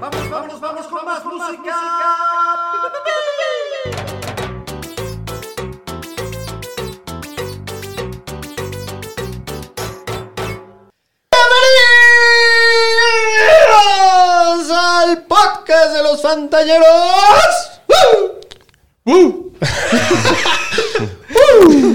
Vamos, vamos, vamos con más música. Bienvenidos al podcast de los Fantañeros. ¡Uh! ¡Uh!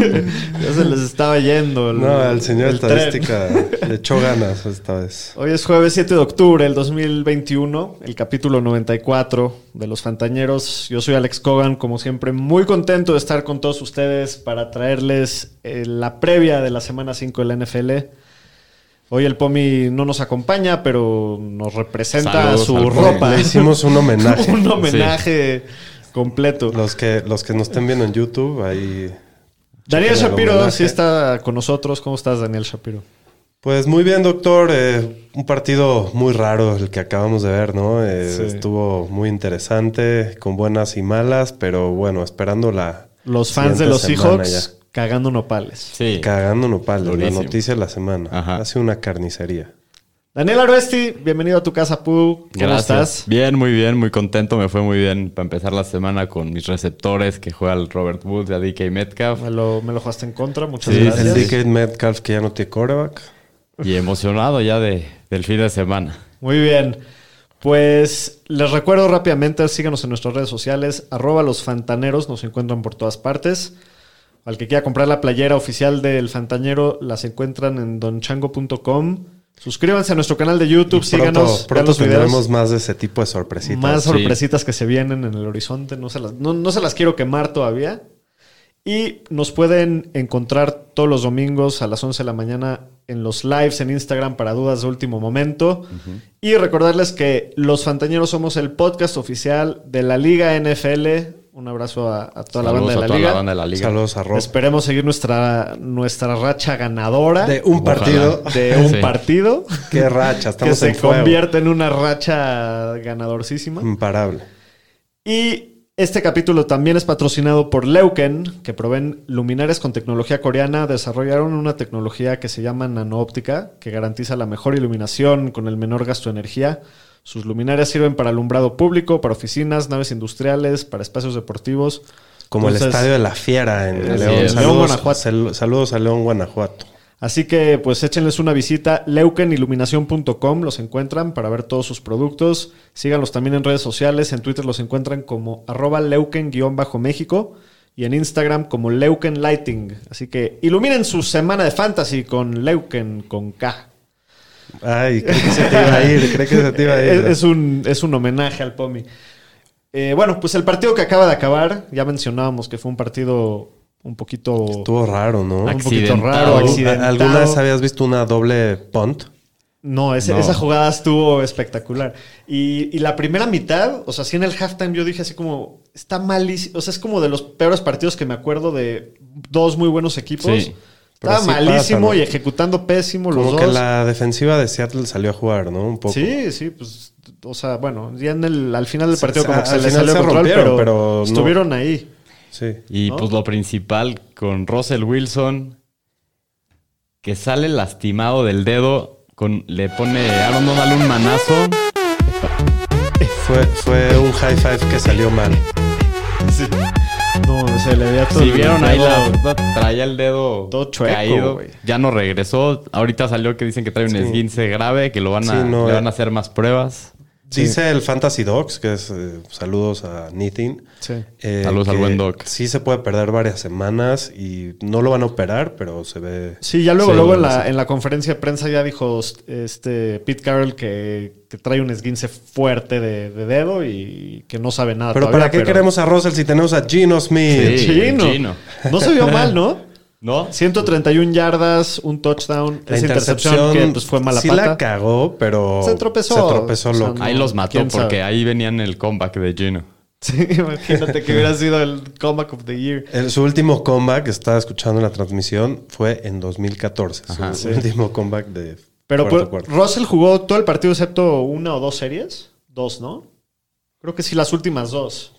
ya se les estaba yendo. el- ¡Uh! No, al señor el estadística le echó ganas esta vez. Hoy es jueves 7 de octubre del 2021, el capítulo 94 de Los Fantañeros. Yo soy Alex Cogan, como siempre, muy contento de estar con todos ustedes para traerles eh, la previa de la semana 5 de la NFL. Hoy el Pomi no nos acompaña, pero nos representa Saludos su al Pomi. ropa. Le hicimos un homenaje. un homenaje completo. Los que, los que nos estén viendo en YouTube, ahí. Daniel chequen el Shapiro homenaje. sí está con nosotros. ¿Cómo estás, Daniel Shapiro? Pues muy bien, doctor. eh, un partido muy raro el que acabamos de ver, ¿no? Eh, Sí. Estuvo muy interesante, con buenas y malas, pero bueno, esperando la. Los fans de siguiente los semana Seahawks cagando nopales. Sí. ya. Cagando nopal, la Durísimo. noticia de la semana. Ajá. Hace una carnicería. Daniel Aroesti, bienvenido a tu casa, Pu. ¿Cómo Gracias. estás? Bien, muy bien, muy contento. Me fue muy bien para empezar la semana con mis receptores que juega el Robert Woods, a DK Metcalf. Me lo, me lo jugaste en contra, muchas Sí, gracias. El sí. DK Metcalf que ya no tiene coreback. Y emocionado ya de, del fin de semana. Muy bien. Pues les recuerdo rápidamente, síganos en nuestras redes sociales, arroba los fantaneros, nos encuentran por todas partes. Al que quiera comprar la playera oficial del Fantañero, las encuentran en donchango.com. Suscríbanse a nuestro canal de YouTube, síganos. pronto vean pronto los videos. tendremos más de ese tipo de sorpresitas. Más sí. sorpresitas que se vienen en el horizonte. No se, las, no, no se las quiero quemar todavía. Y nos pueden encontrar todos los domingos a las 11 de la mañana en los lives en Instagram para dudas de último momento. Y recordarles que Los Fantañeros somos el podcast oficial de la Liga NFL. Un abrazo a, a toda la Saludos banda de a la toda Liga. la banda de la liga. Saludos a Rob. Esperemos seguir nuestra, nuestra racha ganadora De un Ojalá. partido. de un Sí. partido Qué racha, que estamos se en fuego. convierte en una racha ganadorcísima. Imparable. Y este capítulo también es patrocinado por Leuken, que proveen luminares con tecnología coreana. Desarrollaron una tecnología que se llama nanoóptica, que garantiza la mejor iluminación con el menor gasto de energía. Sus luminarias sirven para alumbrado público, para oficinas, naves industriales, para espacios deportivos. Como el Entonces, eh, estadio de la Fiera en Así León. es. Saludos, León, Guanajuato. sal- saludos a León, Guanajuato. Así que pues échenles una visita, leukeniluminación.com, los encuentran para ver todos sus productos. Síganlos también en redes sociales, en Twitter los encuentran como arroba leuken-méxico y en Instagram como Leuken Lighting. Así que iluminen su semana de fantasy con Leuken con K. Ay, creí que se te iba a ir, creí que se te iba a ir. Es, es un, es un homenaje al Pomi. Eh, bueno, pues el partido que acaba de acabar, ya mencionábamos que fue un partido un poquito... Estuvo raro, ¿no? un Ac- poquito accidentado. raro, ¿Algún- Ah, accidentado. ¿Alguna vez habías visto una doble punt? No, ese- No. esa jugada estuvo espectacular. Y, y la primera mitad, o sea, sí en el halftime yo dije así como, está malísimo. O sea, es como de los peores partidos que me acuerdo de dos muy buenos equipos. Sí, pero Estaba sí pasa, malísimo ¿no? y ejecutando pésimo los Como dos. que la defensiva de Seattle salió a jugar, ¿no? Un poco. Sí, sí, pues, o sea, bueno, ya en el, al final del Se- partido se- como que se al les final salió se de control, pero, rompieron, pero no. estuvieron ahí. Sí. Y ¿No? pues lo principal con Russell Wilson, que sale lastimado del dedo, con, le pone Aaron Donald un manazo. Fue, fue un high five que salió mal. No, se le veía todo. Si el vieron ahí la, dedo. la- traía el dedo Todo chueco, caído, güey. ya no regresó. Ahorita salió que dicen que trae un esguince grave, que lo van a, Sí, no, le eh. van a hacer más pruebas. Dice el Fantasy Docs, que es eh, saludos a Nitin. Sí. eh, Saludos al que buen Doc. Sí se puede perder varias semanas y no lo van a operar, pero se ve... Sí, ya luego, Sí, luego en, bueno, la, en la conferencia de prensa ya dijo este Pete Carroll que, que trae un esguince fuerte de, de dedo y que no sabe nada. Pero todavía, ¿para qué queremos a Russell si tenemos a Gino Smith? Sí. Chino. Chino. No se vio mal, ¿no? ¿No? 131 yardas, un touchdown, La esa intercepción, intercepción que pues, fue mala sí pata. la cagó, pero... Se tropezó. Se tropezó O sea, loco. no. Ahí los mató ¿Quién porque sabe? ahí venían el comeback de Gino. Sí, imagínate que hubiera sido el comeback of the year. El- su último comeback, estaba escuchando en la transmisión, fue en 2014. Ajá, su sí. último comeback de Pero cuarto, pues, cuarto. Russell jugó todo el partido excepto una o dos series. Dos, ¿no? Creo que sí, las últimas dos.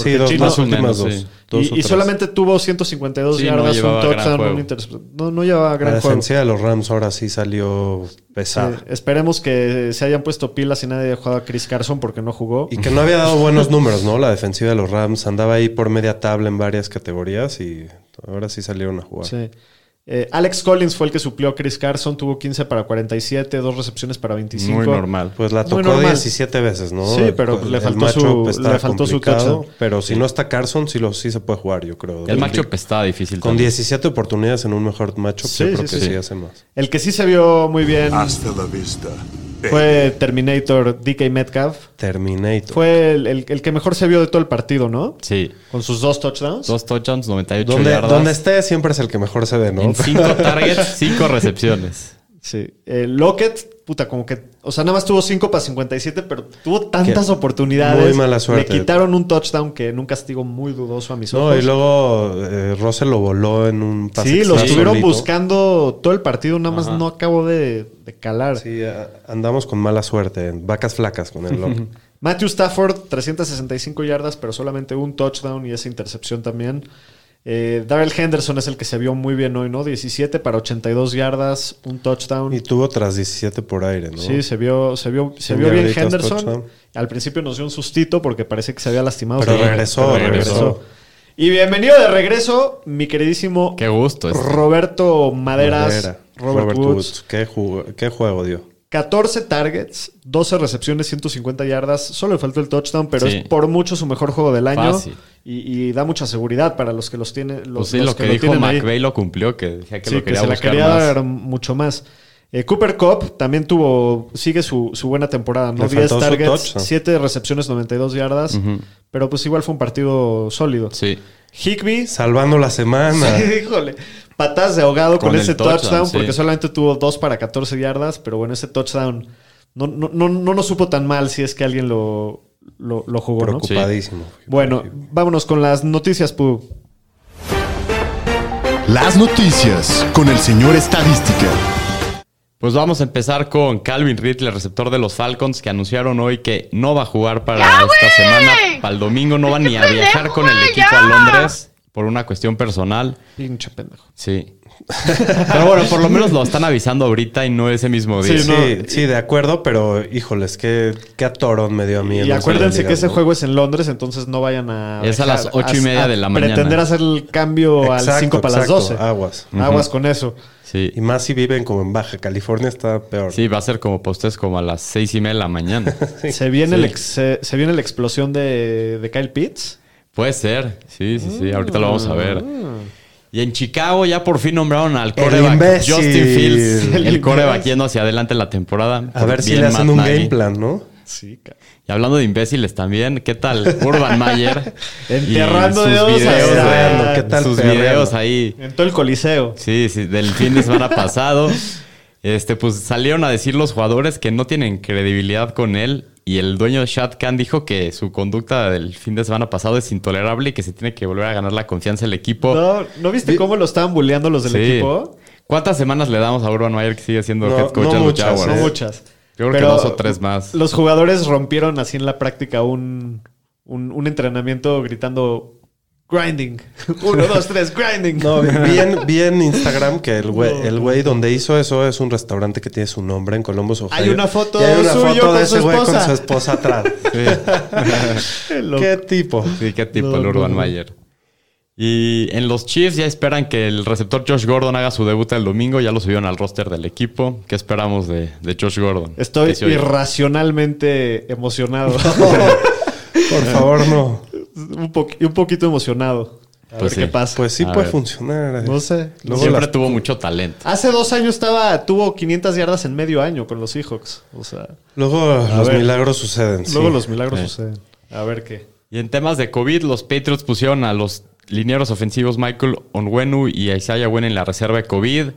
Sí, dos, Chino- las Más o últimas menos, dos. sí. Dos o Y, y tres. solamente tuvo 152 Sí, no yardas, un llevaba gran touchdown, juego. un intercepción. No, no llevaba La gran juego. defensiva de los Rams ahora sí salió pesada. Sí, esperemos que se hayan puesto pilas y nadie haya jugado a Chris Carson porque no jugó. Y que no había dado buenos números, ¿no? La defensiva de los Rams andaba ahí por media tabla en varias categorías y ahora sí salieron a jugar. Sí. Eh, Alex Collins fue el que suplió a Chris Carson, tuvo 15 para 47, dos recepciones para 25. Muy normal. Pues la Muy tocó normal. 17 veces, ¿no? Sí, pero le faltó matchup su- está le faltó su complicado, touchdown. Pero si no está Carson, sí, lo, sí se puede jugar, yo creo. El matchup está difícil. Con también. 17 oportunidades en un mejor matchup, Sí, yo creo sí, que sí. sí. hace más. El que sí se vio muy bien Hasta la vista. fue Terminator DK Metcalf. Terminator. Fue el, el- el que mejor se vio de todo el partido, ¿no? Sí. Con sus dos touchdowns. Dos touchdowns, 98 donde, yardas. donde esté siempre es el que mejor se ve, ¿no? En cinco targets, cinco recepciones. Sí. Eh, Lockett, puta, como que. O sea, nada más tuvo 5 para 57, pero tuvo tantas Que- oportunidades. muy mala suerte. Le quitaron un touchdown que en un castigo muy dudoso a mis ojos. No, y luego eh, Russell lo voló en un pues. pase. Sí, que lo estaba estuvieron solito. buscando todo el partido, nada más no acabo de, de calar. Sí, a- andamos con mala suerte, en vacas flacas con el lock. Matthew Stafford, 365 yardas, pero solamente un touchdown y esa intercepción también. Eh, Darrell Henderson es el que se vio muy bien hoy, ¿no? 17 para 82 yardas, un touchdown. y tuvo tras 17 por aire, ¿no? Sí, se vio, se vio, se Un vio bien yardito, Henderson. touchdown. Al principio nos dio un sustito porque parece que se había lastimado. Pero Sí, regresó, regresó. Y bienvenido de regreso, mi queridísimo Qué gusto. es- Roberto Maderas. Madera. Robert, Woods. ¿Qué, jugo- qué juego dio? 14 targets, 12 recepciones, 150 yardas. Solo le faltó el touchdown, pero Sí. es por mucho su mejor juego del año. Fácil. Y, y da mucha seguridad para los que los tienen. Los, Pues sí, los lo que, lo dijo tienen ahí. McVeigh lo cumplió, que decía que Sí, lo que quería se la buscar quería más. dar mucho más. Eh, Cooper Cup también tuvo, sigue su, su buena temporada, ¿no? Le 10 faltó su targets, touchdown. 7 recepciones, 92 yardas. Pero pues igual fue un partido sólido. Sí. Higby, Salvando la semana. híjole, patadas de ahogado con, Con el ese touchdown, touchdown, sí. porque solamente tuvo 2 para 14 yardas, pero bueno, ese touchdown no, no, no, no nos supo tan mal si es que alguien lo, lo, lo jugó, ¿no? Preocupadísimo. Bueno, vámonos con las noticias, Pu. Las noticias con el señor Estadística. Pues vamos a empezar con Calvin Ridley, receptor de los Falcons, que anunciaron hoy que no va a jugar para esta semana. Para el domingo no va ni a viajar con el equipo a Londres por una cuestión personal. Pinche pendejo. Sí. Pero bueno, por lo menos lo están avisando ahorita y no ese mismo día. Sí, Sí, no, y- sí, de acuerdo, pero híjoles, qué, qué atorón me dio a mí. en Y esa acuérdense realidad, que ese ¿no? juego es en Londres, entonces no vayan a. Es a dejar- las ocho y media de la mañana. Pretender hacer el cambio al Exacto, 5 para las exacto, 12. Aguas. Aguas con eso. Sí. Y más si viven como en Baja California, está peor. Sí, va a ser como postes como a las seis y media de la mañana. Se, viene Sí. el ex- se, se viene la explosión de, de Kyle Pitts. Puede ser. Sí, sí, sí. Ahorita lo vamos a ver. Mm. Y en Chicago ya por fin nombraron al coreback imbécil. Justin Fields, El el, imbécil. coreback yendo hacia adelante la temporada. A ver si Bien le hacen Matt un Nagy. game plan, ¿no? Sí, cabrón. Y hablando de imbéciles también, ¿qué tal Urban Mayer? Enterrando Y sus dedos videos, hasta- perreando, ¿qué tal Sus perreando? videos videos ahí. En todo el coliseo. Sí, sí, del fin de semana pasado. Este, pues salieron a decir los jugadores que no tienen credibilidad con él. Y el dueño de Shad Khan dijo que su conducta del fin de semana pasado es intolerable y que se tiene que volver a ganar la confianza del equipo. ¿No, ¿no viste cómo lo estaban bulleando los del Oh. Sí. equipo? ¿Cuántas semanas le damos a Urban Meyer que sigue siendo No, head coach no a los muchas, Jaguars? No Sí. muchas. Yo creo que dos o tres más. Los jugadores rompieron así en la práctica un, un, un entrenamiento gritando grinding. Uno, dos, tres, grinding. No, vi en, vi en Instagram que el güey, el güey donde hizo eso es un restaurante que tiene su nombre en Columbus, Ohio. Hay una foto Y hay una suyo foto con de su ese güey con esposa. su esposa atrás. Lo- ¿Qué tipo? Sí, qué tipo No, el no, Urban no. Meyer. Y en los Chiefs ya esperan que el receptor Josh Gordon haga su debut el domingo. Ya lo subieron al roster del equipo. ¿Qué esperamos de, de Josh Gordon? Estoy Que se oye. irracionalmente emocionado. Por favor, no. un, po- un poquito emocionado. A Pues ver qué sí. pasa. Pues sí A puede ver. funcionar. eh. no sé. Luego Siempre las- tuvo mucho talento. Hace dos años estaba, tuvo 500 yardas en medio año con los Seahawks. O sea, Luego los ver. milagros suceden. sí. luego los milagros Sí. suceden. A ver qué. Y en temas de COVID, los Patriots pusieron a los linieros ofensivos Michael Onwenu y Isaiah Wen en la reserva de COVID.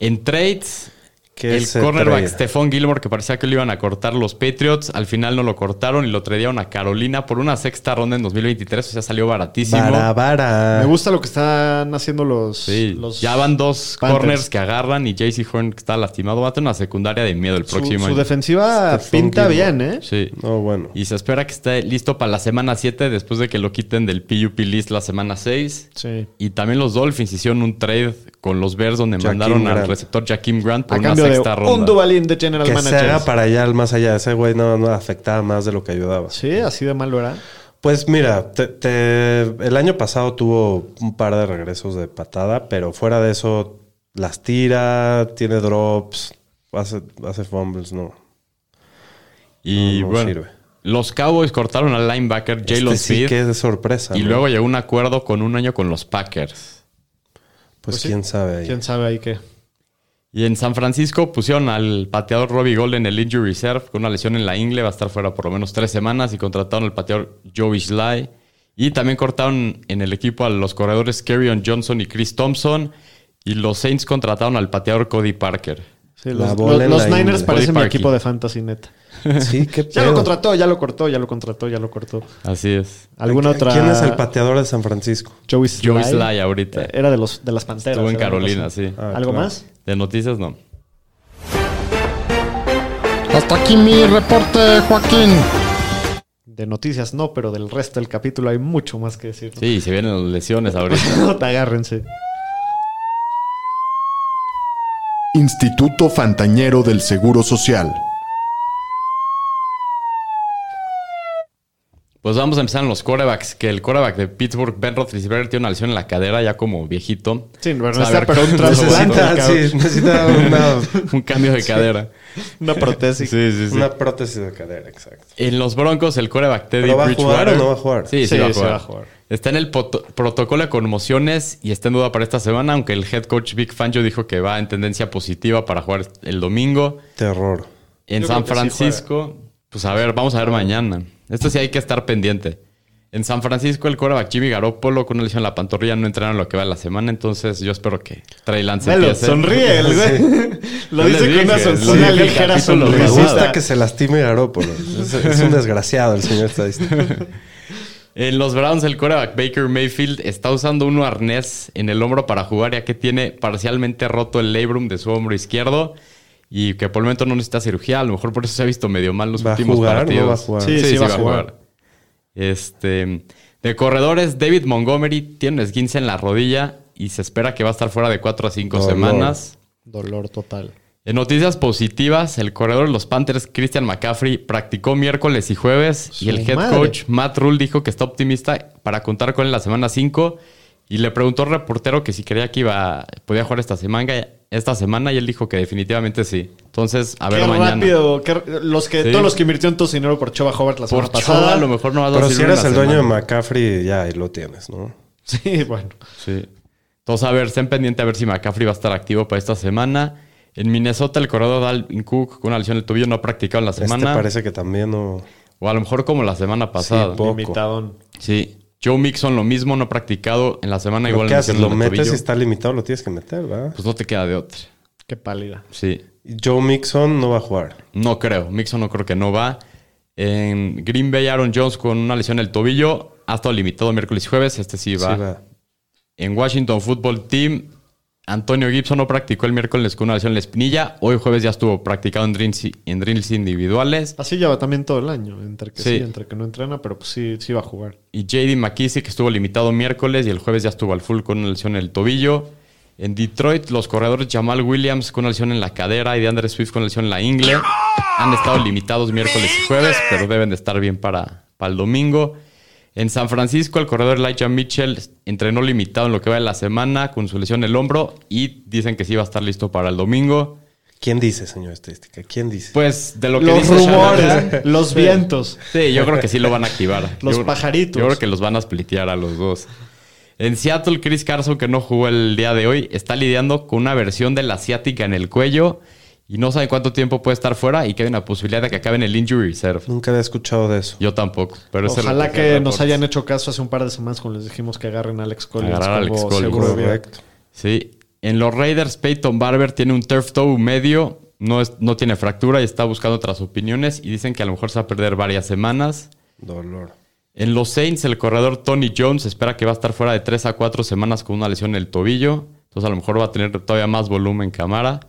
En trades, ¿Qué el se cornerback trae? Stephon Gilmore, que parecía que lo iban a cortar los Patriots, al final no lo cortaron y lo tradearon a Carolina por una sexta ronda en 2023, o sea, salió baratísimo. Vara, vara. Me gusta lo que están haciendo los. Sí, los- ya van dos Panthers. corners que agarran y JC Horn que está lastimado va a tener una secundaria de miedo el Su, próximo su año. defensiva Stephon pinta Gilmore. bien, ¿eh? Sí. No, bueno. Y se espera que esté listo para la semana 7 después de que lo quiten del PUP list la semana 6. Sí. Y también los Dolphins hicieron un trade con los Bears donde Jakeem mandaron al Grant. receptor Jaquim Grant por A una cambio de sexta ronda. un Dubalín de General Que se Manager. haga para allá, al más allá. Ese güey no, no afectaba más de lo que ayudaba. Sí, así de malo era. Pues mira, te- te- el año pasado tuvo un par de regresos de patada, pero fuera de eso, las tira, tiene drops, hace, hace fumbles, no. Y No, no bueno, sirve. los Cowboys cortaron al linebacker Jalen Este sí Smith que es de sorpresa. y ¿no? luego llegó un acuerdo con un año con los Packers. Pues, Pues sí. quién sabe. ahí. Quién sabe ahí qué. Y en San Francisco pusieron al pateador Robbie Gold en el injury reserve con una lesión en la ingle, va a estar fuera por lo menos tres semanas y contrataron al pateador Joey Sly. Y también cortaron en el equipo a los corredores Kerryon Johnson y Chris Thompson. Y los Saints contrataron al pateador Cody Parker. Sí, La los bola en los la Niners ingle. parecen Cody mi Parkey. equipo de fantasy neta. Sí, qué Ya lo pedo. contrató, ya lo cortó, ya lo contrató, ya lo cortó. Así es. ¿Alguna ¿Qui- otra? ¿Quién es el pateador de San Francisco? Joey Sly. Joey Sly ahorita. Eh, Era de los de las panteras. Estuvo en era una Carolina, cosa. sí. Ah, ¿Algo claro. más? De noticias no. Hasta aquí mi reporte, Joaquín. De noticias no, pero del resto del capítulo hay mucho más que decir. ¿no? Sí, se vienen las lesiones ahorita. Agárrense. Instituto Fantañero del Seguro Social. Pues vamos a empezar en los corebacks, que el coreback de Pittsburgh, Ben Roethlisberger, tiene una lesión en la cadera ya como viejito. Sí, bueno, Sabe está, pero un cómo- trasplante. Necesita, cabrón. sí, necesita una, Un cambio de cadera. Una prótesis. Sí, sí, sí. una prótesis de cadera, exacto. En los Broncos, el coreback Teddy ¿Pero va a Bridgewater. jugar o no va a jugar? Sí, sí, Sí, va, a sí jugar. va a jugar. Está en el poto- protocolo de conmociones y está en duda para esta semana, aunque el head coach Vic Fangio dijo que va en tendencia positiva para jugar el domingo. Terror. En Yo San creo que sí Francisco, pues a ver, vamos a ver mañana. Esto sí hay que estar pendiente. En San Francisco, el coreback Jimmy Garoppolo con una lesión en la pantorrilla no entrenaron lo que va de la semana, entonces yo espero que Trey Lance Velo, empiece. sonríe el güey. Lo Yo le dice con dije, una, son- lo con una dije el ligera capítulo Me pasado. sonrisa. gusta que se lastime Garópolo. Es, es un desgraciado el señor estadista. En los Browns, el coreback Baker Mayfield está usando un arnés en el hombro para jugar, ya que tiene parcialmente roto el labrum de su hombro izquierdo y que por el momento no necesita cirugía. A lo mejor por eso se ha visto medio mal los ¿Va a últimos jugar? ¿No partidos. va a jugar? Sí, sí va a jugar. Este, de corredores, David Montgomery tiene un esguince en la rodilla y se espera que va a estar fuera de 4 a 5 Dolor. semanas. Dolor total. En noticias positivas, el corredor de los Panthers, Christian McCaffrey, practicó miércoles y jueves Su y el head madre. coach Matt Rule dijo que está optimista para contar con él la semana 5 y le preguntó al reportero que si creía que iba podía jugar esta semana, esta semana y él dijo que definitivamente sí. Entonces, a ver qué mañana. rápido. qué r- los que, Sí. Todos los que invirtieron todo su dinero por Choba Hobart la semana Por pasada. Choba, a lo mejor no vas a Pero si decir eres una el dueño de semana. McCaffrey, ya ahí lo tienes, ¿no? Sí, bueno. Sí. Entonces, a ver, estén pendiente a ver si McCaffrey va a estar activo para esta semana. En Minnesota, el corredor Dalvin Cook con una lesión del tobillo no ha practicado en la Este semana. parece que también no. O a lo mejor como la semana pasada. Poco. Limitadón. Sí. Joe Mixon lo mismo, no ha practicado en la semana ¿Lo igual. ¿Qué haces? lesión ¿Lo en el metes tobillo. si está limitado? Lo tienes que meter, ¿verdad? Pues no te queda de otra. Qué pálida. Sí. Y Joe Mixon no va a jugar. No creo. Mixon no creo que no va. En Green Bay, Aaron Jones con una lesión en el tobillo. Ha estado limitado miércoles y jueves. Este sí va. Sí, va. En Washington Football Team, Antonio Gibson no practicó el miércoles con una lesión en la espinilla. Hoy jueves ya estuvo practicado en drills, en drills individuales. Así lleva también todo el año. Entre que sí. Sí. entre que no entrena, pero pues sí, sí va a jugar. Y JD McKissick estuvo limitado miércoles y el jueves ya estuvo al full con una lesión en el tobillo. En Detroit, los corredores Jamal Williams con una lesión en la cadera y DeAndre Swift con una lesión en la ingle han estado limitados miércoles y jueves, pero deben de estar bien para, para el domingo. En San Francisco, el corredor Elijah Mitchell entrenó limitado en lo que va de la semana con su lesión en el hombro y dicen que sí va a estar listo para el domingo. ¿Quién dice, señor estadística? ¿Quién dice? Pues de lo que Los dice ¿eh? Shanahan- rumores, los vientos. Sí, yo creo que sí lo van a activar. Los Yo- pajaritos. Yo creo que los van a splitear a los dos. En Seattle, Chris Carson, que no jugó el día de hoy, está lidiando con una versión de la asiática en el cuello y no sabe cuánto tiempo puede estar fuera y que hay una posibilidad de que acabe en el injury reserve. Nunca había escuchado de eso. Yo tampoco. Pero eso es lo Ojalá se que nos reporta. hayan hecho caso hace un par de semanas cuando les dijimos que agarren a Alex Collins. Agarrar a Alex como Collins. seguro de vida. Correcto. Sí. En los Raiders, Peyton Barber tiene un turf toe medio no, es- no tiene fractura y está buscando otras opiniones y dicen que a lo mejor se va a perder varias semanas. Dolor. En los Saints, el corredor Tony Jones espera que va a estar fuera de 3 a 4 semanas con una lesión en el tobillo. Entonces a lo mejor va a tener todavía más volumen cámara.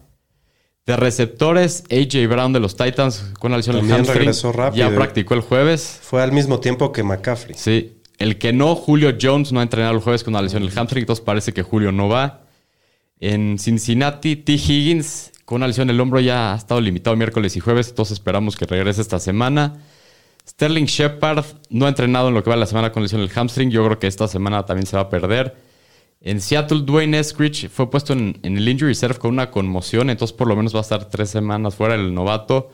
De receptores, AJ Brown de los Titans con una lesión en el También hamstring. regresó rápido. Ya practicó el jueves. Fue al mismo tiempo que McCaffrey. Sí. El que no, Julio Jones, no ha entrenado el jueves con una lesión en el hamstring. Entonces parece que Julio no va. En Cincinnati, T. Higgins con una lesión en el hombro ya ha estado limitado miércoles y jueves. Entonces esperamos que regrese esta semana. Sterling Shepard no ha entrenado en lo que va de la semana con lesión en el hamstring. Yo creo que esta semana también se va a perder. En Seattle, Dwayne Eskridge fue puesto en, en el injury reserve con una conmoción. Entonces por lo menos va a estar tres semanas fuera el novato.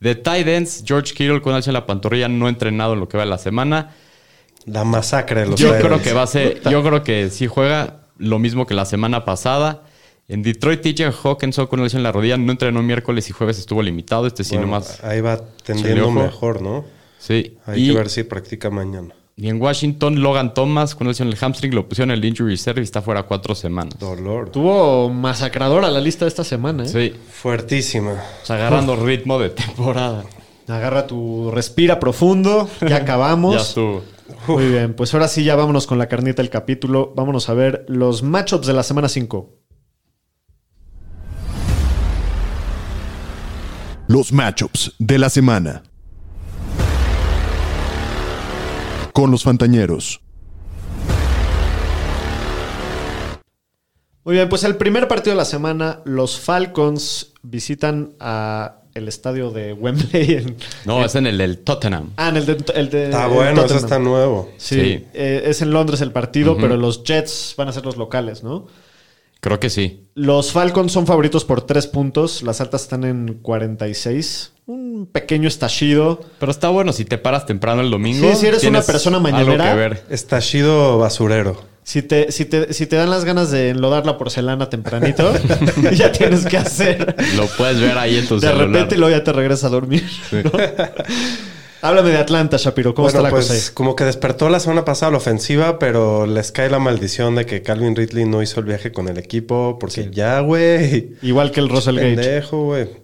De tight ends, George Kittle con alza en la pantorrilla no ha entrenado en lo que va de la semana. La masacre de los Yo Titans. creo que va a ser, yo creo que sí juega lo mismo que la semana pasada. En Detroit, TJ Hawkinson con una lesión en la rodilla no entrenó miércoles y jueves estuvo limitado. Este sí Bueno, nomás. Ahí va tendiendo ojo. mejor, ¿no? Sí. Hay Y, que ver si practica mañana. y en Washington, Logan Thomas con una lesión en el hamstring lo pusieron en el injury reserve y está fuera cuatro semanas. Dolor. Tuvo masacradora la lista esta semana, ¿eh? Sí. Fuertísima. O sea, agarrando ritmo de temporada. Agarra tu respira profundo, ya acabamos. Ya estuvo. Muy bien, pues ahora sí ya vámonos con la carnita del capítulo. Vámonos a ver los matchups de la semana 5. Los matchups de la semana. Con los Fantañeros. Muy bien, pues el primer partido de la semana, los Falcons visitan a el estadio de Wembley. en- No, es en el del Tottenham. ah, en el de... el de- Está el bueno, eso Tottenham. está nuevo. Sí, Sí. eh, es en Londres el partido, pero los Jets van a ser los locales, ¿no? Creo que sí. Los Falcons son favoritos por 3 puntos, las altas están en 46. Un pequeño estallido. Pero está bueno si te paras temprano el domingo. Sí, si eres una tienes persona algo mañanera, que ver. Estallido basurero. Si te, si, te, si te dan las ganas de enlodar la porcelana tempranito, ya tienes que hacer. Lo puedes ver ahí en tu de celular. repente y luego ya te regresas a dormir. ¿no? Háblame de Atlanta, Shapiro. ¿Cómo está Bueno, la pues cosa ahí? como que despertó la semana pasada la ofensiva, pero les cae la maldición de que Calvin Ridley no hizo el viaje con el equipo, porque ya, güey. Igual que el Russell Gage. Pendejo, güey.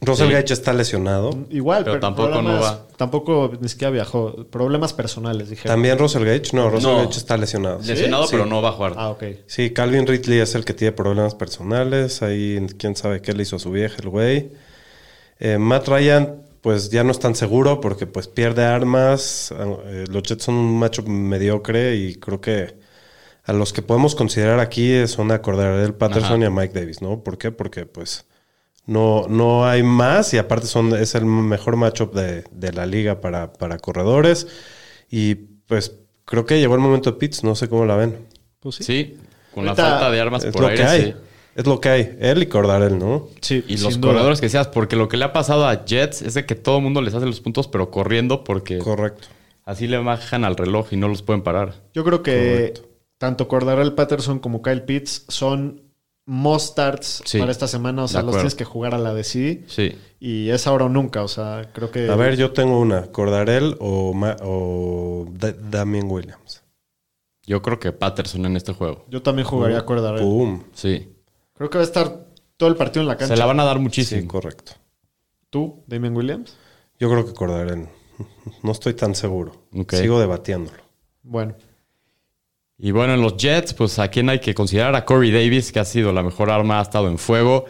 Russell Sí. Gage está lesionado. Igual, Pero pero, tampoco no problemas- va. Tampoco ni siquiera viajó. Problemas personales, dije. También Russell Gage. No, Russell No. Gage está lesionado. Lesionado, Sí. pero no va a jugar. Ah, ok. Sí, Calvin Ridley es el que tiene problemas personales. Ahí quién sabe qué le hizo a su vieja el güey. Eh, Matt Ryan, pues ya no es tan seguro porque pues pierde armas. Eh, los Jets son un macho mediocre y creo que a los que podemos considerar aquí eh, son a Cordarel Patterson Ajá. y a Mike Davis, ¿no? ¿Por qué? Porque pues no, no hay más y aparte son, es el mejor matchup de, de la liga para, para corredores. Y pues creo que llegó el momento de Pitts, no sé cómo la ven. Pues sí. Sí, con Ahorita la falta de armas Es por lo aire, que hay. sí. Es lo que hay. Él y Cordarel, ¿no? Sí, Y sin los duda. corredores que seas, porque lo que le ha pasado a Jets es de que todo el mundo les hace los puntos, pero corriendo, porque Correcto. así le bajan al reloj y no los pueden parar. Yo creo que Correcto. tanto Cordarel Patterson como Kyle Pitts son must starts Sí. para esta semana. O De sea, los acuerdo. tienes que jugar a la de sí. Sí. Y es ahora o nunca. O sea, creo que. A ver, yo tengo una. Cordarel o, Ma- o Da- Damien Williams. Yo creo que Patterson en este juego. Yo también jugaría a Cordarel. Boom. Sí. Creo que va a estar todo el partido en la cancha. Se la van a dar Sí, muchísimo. correcto. ¿Tú, Damien Williams? Yo creo que Cordarel. No estoy tan seguro. Ok. Sigo debatiéndolo. Bueno. y bueno, en los Jets, pues a quién hay que considerar a Corey Davis, que ha sido la mejor arma, ha estado en fuego.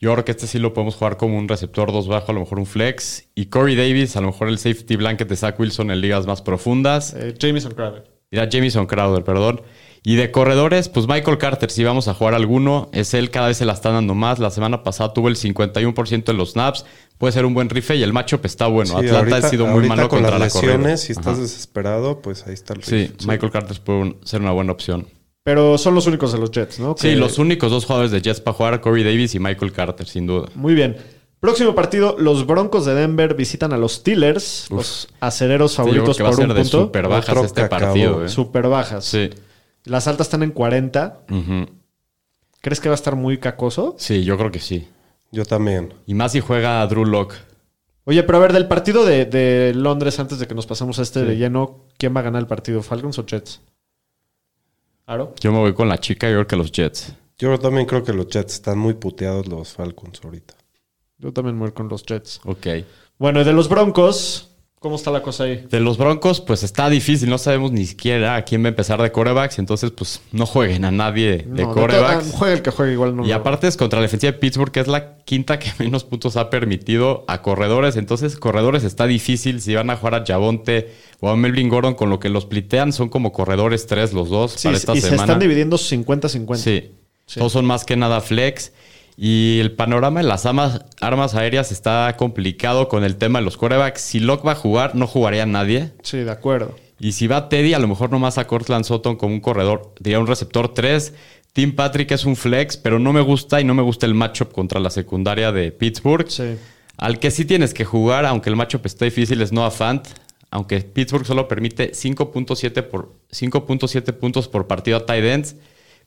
Yo creo que este sí lo podemos jugar como un receptor dos bajo, a lo mejor un flex. Y Corey Davis, a lo mejor el safety blanket de Zach Wilson en ligas más profundas. eh, Jamison Crowder. Era Jamison Crowder, perdón. Y de corredores, pues Michael Carter, si vamos a jugar alguno, es él, cada vez se la están dando más. La semana pasada tuvo el 51% de los snaps. Puede ser un buen rifle y el matchup está bueno. Sí, Atlanta ahorita- ha sido muy ahorita malo con contra las la corrida. lesiones. Si estás Ajá. desesperado, pues ahí está el Sí, riff. Michael Carter puede un- ser una buena opción. Pero son los únicos de los Jets, ¿no? Sí, Que- los únicos dos jugadores de Jets para jugar, Corey Davis y Michael Carter, sin duda. Muy bien. Próximo partido, los Broncos de Denver visitan a los Steelers, los acereros Sí, yo creo favoritos que va a por ser un de punto. super bajas Otro este cacao. partido. eh. Super bajas. Sí. Las altas están en 40. Ujú. ¿Crees que va a estar muy cacoso? Sí, yo creo que sí. Yo también. Y más si juega Drew Locke. Oye, pero a ver, del partido de, de Londres, antes de que nos pasemos a este de lleno, ¿quién va a ganar el partido? ¿Falcons o Jets? ¿Aro? Yo me voy con la chica, yo creo que los Jets. Yo también creo que los Jets están muy puteados los Falcons ahorita. Yo también voy a ir con los Jets. Ok. Bueno, y de los Broncos, ¿cómo está la cosa ahí? De los Broncos, pues está difícil. No sabemos ni siquiera a quién va a empezar de corebacks. Entonces, pues no jueguen a nadie de No, corebacks. to- ah, Juega el que juegue igual. No y lo- aparte es contra la defensiva de Pittsburgh, que es la quinta que menos puntos ha permitido a corredores. Entonces, corredores está difícil. Si van a jugar a Javonte o a Melvin Gordon, con lo que los plitean, son como corredores tres los dos Sí, para esta y se semana. están dividiendo 50-50. Sí. Sí. Todos son más que nada flex. Y el panorama de las armas, armas aéreas está complicado con el tema de los corebacks. Si Locke va a jugar, no jugaría nadie. Sí, de acuerdo. Y si va Teddy, a lo mejor nomás a Cortland Sutton como un corredor, diría un receptor 3. Tim Patrick es un flex, pero no me gusta y no me gusta el matchup contra la secundaria de Pittsburgh. Sí. Al que sí tienes que jugar, aunque el matchup esté difícil, es Noah Fant. Aunque Pittsburgh solo permite 5.7 por 5.7 puntos por partido a tight ends,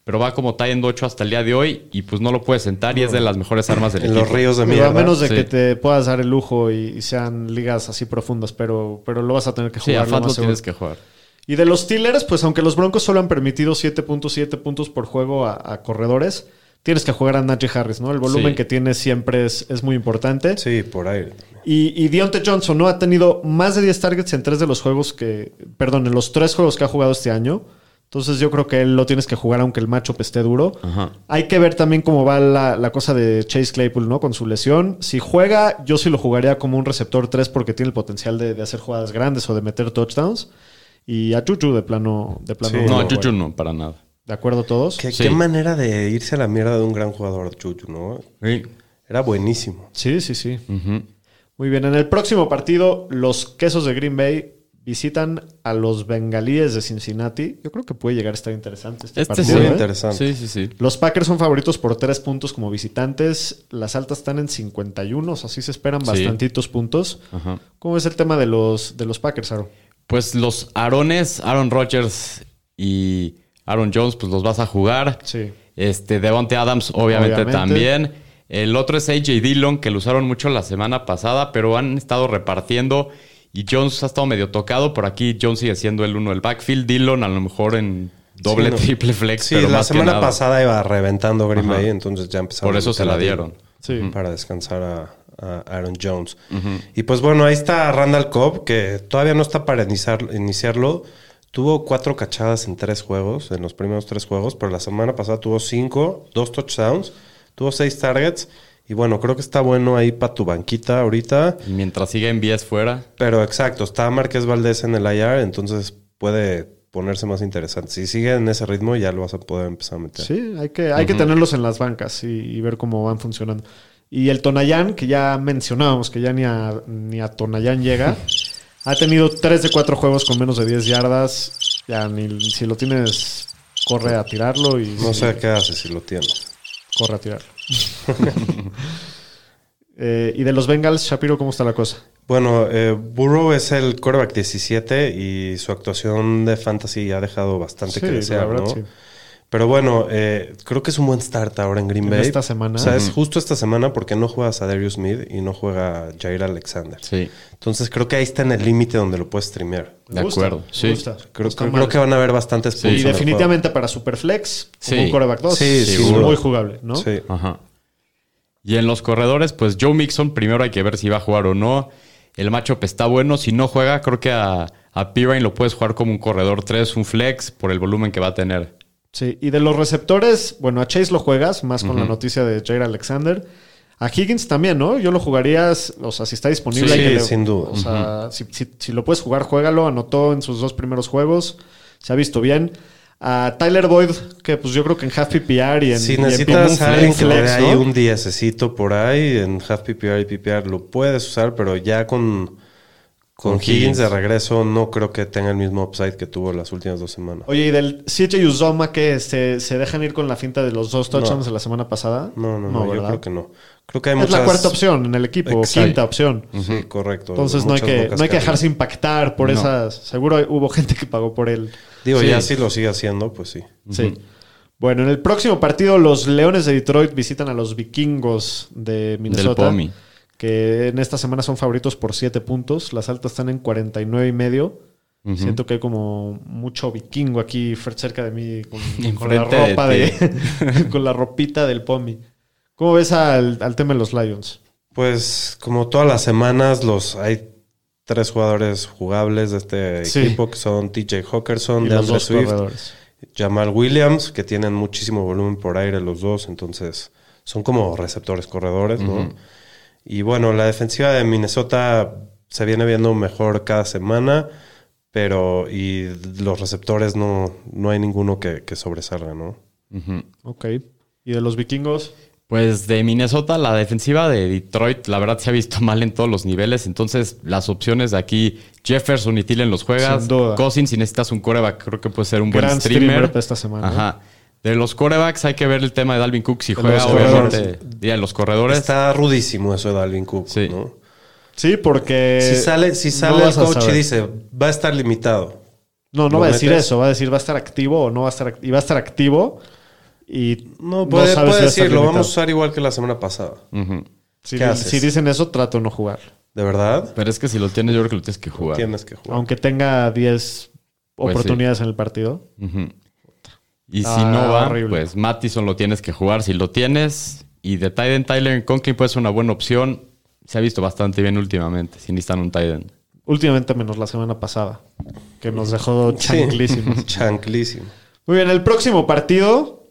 pero va como tight end 8 hasta el día de hoy y pues no lo puedes sentar y es de las mejores armas del En equipo. los ríos de Digo, mierda. a menos de Sí. que te puedas dar el lujo y, y sean ligas así profundas, pero, pero lo vas a tener que Sí, jugar. a lo Fant más lo tienes seguro. que jugar. Y de los Steelers, pues aunque los Broncos solo han permitido 7.7 puntos por juego a, a corredores, tienes que jugar a Najee Harris, ¿no? El volumen Sí. que tiene siempre es, es muy importante. Sí, por aire. Y, y Deontay Johnson, ¿no? Ha tenido más de 10 targets en tres de los juegos que. Perdón, en los tres juegos que ha jugado este año. Entonces yo creo que él lo tienes que jugar aunque el matchup esté duro. Ajá. Hay que ver también cómo va la, la cosa de Chase Claypool, ¿no? Con su lesión. Si juega, yo sí lo jugaría como un receptor 3 porque tiene el potencial de, de hacer jugadas grandes o de meter touchdowns. Y a Chuchu de plano. De plano Sí. lo No, juego. Juju no, para nada. ¿De acuerdo todos? ¿Qué, Sí. qué manera de irse a la mierda de un gran jugador, Chuchu, ¿no? Era buenísimo. Sí, sí, sí. Ujú. Muy bien, en el próximo partido, los quesos de Green Bay visitan a los bengalíes de Cincinnati. Yo creo que puede llegar a estar interesante este, Este partido. sí. Muy ¿eh? interesante. Sí, sí, sí. Los Packers son favoritos por tres puntos como visitantes. Las altas están en 51, o sea, sí se esperan Sí. bastantitos puntos. Ajá. ¿Cómo es el tema de los, de los Packers, Aro? Pues los Aarones, Aaron Rodgers y Aaron Jones, pues los vas a jugar. Sí. Este, Devonte Adams, obviamente, Obviamente. también. El otro es AJ Dillon, que lo usaron mucho la semana pasada, pero han estado repartiendo. Y Jones ha estado medio tocado. Por aquí Jones sigue siendo el uno del backfield. Dillon a lo mejor en doble, Sí, no. triple flex. Sí, pero la más que semana nada. pasada iba reventando Green Ajá. Bay, entonces ya empezaron. Por eso se meter la a Dillon dieron. Sí. Para descansar a, a Aaron Jones. Y pues bueno, ahí está Randall Cobb, que todavía no está para iniciar- iniciarlo. Tuvo cuatro cachadas en tres juegos, en los primeros tres juegos, pero la semana pasada tuvo cinco, dos touchdowns, tuvo seis targets. Y bueno, creo que está bueno ahí para tu banquita ahorita. Y mientras siga en vías fuera. Pero exacto, está Márquez Valdés en el IR, entonces puede ponerse más interesante. Si sigue en ese ritmo, ya lo vas a poder empezar a meter. Sí, hay que, hay que tenerlos en las bancas y, y ver cómo van funcionando. Y el Tonayán, que ya mencionábamos, que ya ni a, ni a Tonayán llega, ha tenido 3 de 4 juegos con menos de 10 yardas. Ya ni si lo tienes, corre a tirarlo y No si- sé qué hace si lo tienes. corre a tirarlo. Eh, y de los Bengals, Shapiro, ¿cómo está la cosa? Bueno, eh, Burrow es el quarterback 17 y su actuación de fantasy ha dejado bastante que desear, ¿no? Pero bueno, eh, creo que es un buen start ahora en Green En Bay. esta semana. O sea, es justo esta semana porque no juegas a Darius Smith y no juega Jair Alexander. Sí, Entonces creo que ahí está en el límite donde lo puedes streamear. de acuerdo. Sí. Creo, creo- creo que van a haber bastantes puntos. y en el juego. definitivamente para Superflex, como Sí. un coreback 2, Sí, es seguro. muy jugable, ¿no? Sí. Ajá. Y en los corredores, pues Joe Mixon primero hay que ver si va a jugar o no. El matchup está bueno. Si no juega, creo que a, a Pirine lo puedes jugar como un corredor 3, un flex, por el volumen que va a tener. Sí, y de los receptores, bueno, a Chase lo juegas, más con la noticia de Jair Alexander. A Higgins también, ¿no? Yo lo jugaría, o sea, si está disponible. Sí, hay que sí, le- sin duda. O sea, si, si- si lo puedes jugar, juégalo. Anotó en sus dos primeros juegos. Se ha visto bien. A Tyler Boyd, que pues yo creo que en half PPR y en. y Si en necesitas PPR, a alguien que le dé flex, ahí ¿no? un diececito por ahí en half PPR y PPR, lo puedes usar, pero ya con, con, Con Higgins. Higgins. de regreso no creo que tenga el mismo upside que tuvo las últimas dos semanas. Oye, y del CJ Uzoma que se, se dejan ir con la finta de los dos touchdowns de la semana pasada. No, no, no, yo ¿verdad? creo que no. Creo que hay Es muchas... la cuarta opción en el equipo, Exacto. quinta opción. Sí, correcto. Entonces no hay, Muchas que, bocas no hay que caen. dejarse impactar por No. esas. Seguro hubo gente que pagó por él. Digo, Sí. ya si lo sigue haciendo, pues sí. Sí. Bueno, en el próximo partido, los Leones de Detroit visitan a los vikingos de Minnesota. Del Pomi. Que en esta semana son favoritos por 7 puntos. Las altas están en 49 y medio. Siento que hay como mucho vikingo aquí Fred, cerca de mí con, con la Enfrente de ropa ti. de, con la ropita del Pomi. ¿Cómo ves al, al tema de los Lions? Pues como todas las semanas, los hay tres jugadores jugables de este Sí. equipo que son TJ Hawkinson, Y de los dos Swift, corredores. Jamal Williams, que tienen muchísimo volumen por aire los dos, entonces son como receptores corredores, ¿no? Y bueno, la defensiva de Minnesota se viene viendo mejor cada semana, pero y los receptores no, no hay ninguno que, que sobresalga, ¿no? Ok. ¿Y de los vikingos? Pues de Minnesota, la defensiva de Detroit, la verdad se ha visto mal en todos los niveles. Entonces, las opciones de aquí, Jefferson y Tillen los juegas. Sin duda. Cousins, si necesitas un coreback, creo que puede ser un Gran buen streamer streamer. para esta semana, ¿eh? Ajá. De los corebacks hay que ver el tema de Dalvin Cook si De juega, los obviamente. corredores. Ya, en los corredores. Está rudísimo eso de Dalvin Cook, Sí. ¿no? Sí, porque. Si sale, si Eh, no sale el vas a coach y saber. dice, va a estar limitado. No, no ¿Lo va a decir metes? eso. Va a decir, va a estar activo o no va a estar activo. Y va a estar activo. Y No, puede, sabes puede si va a estar decir, lo limitado. vamos a usar igual que la semana pasada. Ujú. Si, ¿Qué di- haces? si dicen eso, trato de no jugar. ¿De verdad? Pero es que si lo tienes, yo creo que lo tienes que jugar. Tienes que jugar. Aunque tenga 10 Pues sí. oportunidades en el partido. Ujú. Y si Ah, no va, horrible. pues Mattison lo tienes que jugar si lo tienes. Y de Tyden Tyler Conklin puede ser una buena opción. Se ha visto bastante bien últimamente, si necesitan un Tyden. Últimamente menos la semana pasada, que nos dejó chanclísimos. Sí. Chanclísimo. Muy bien, el próximo partido.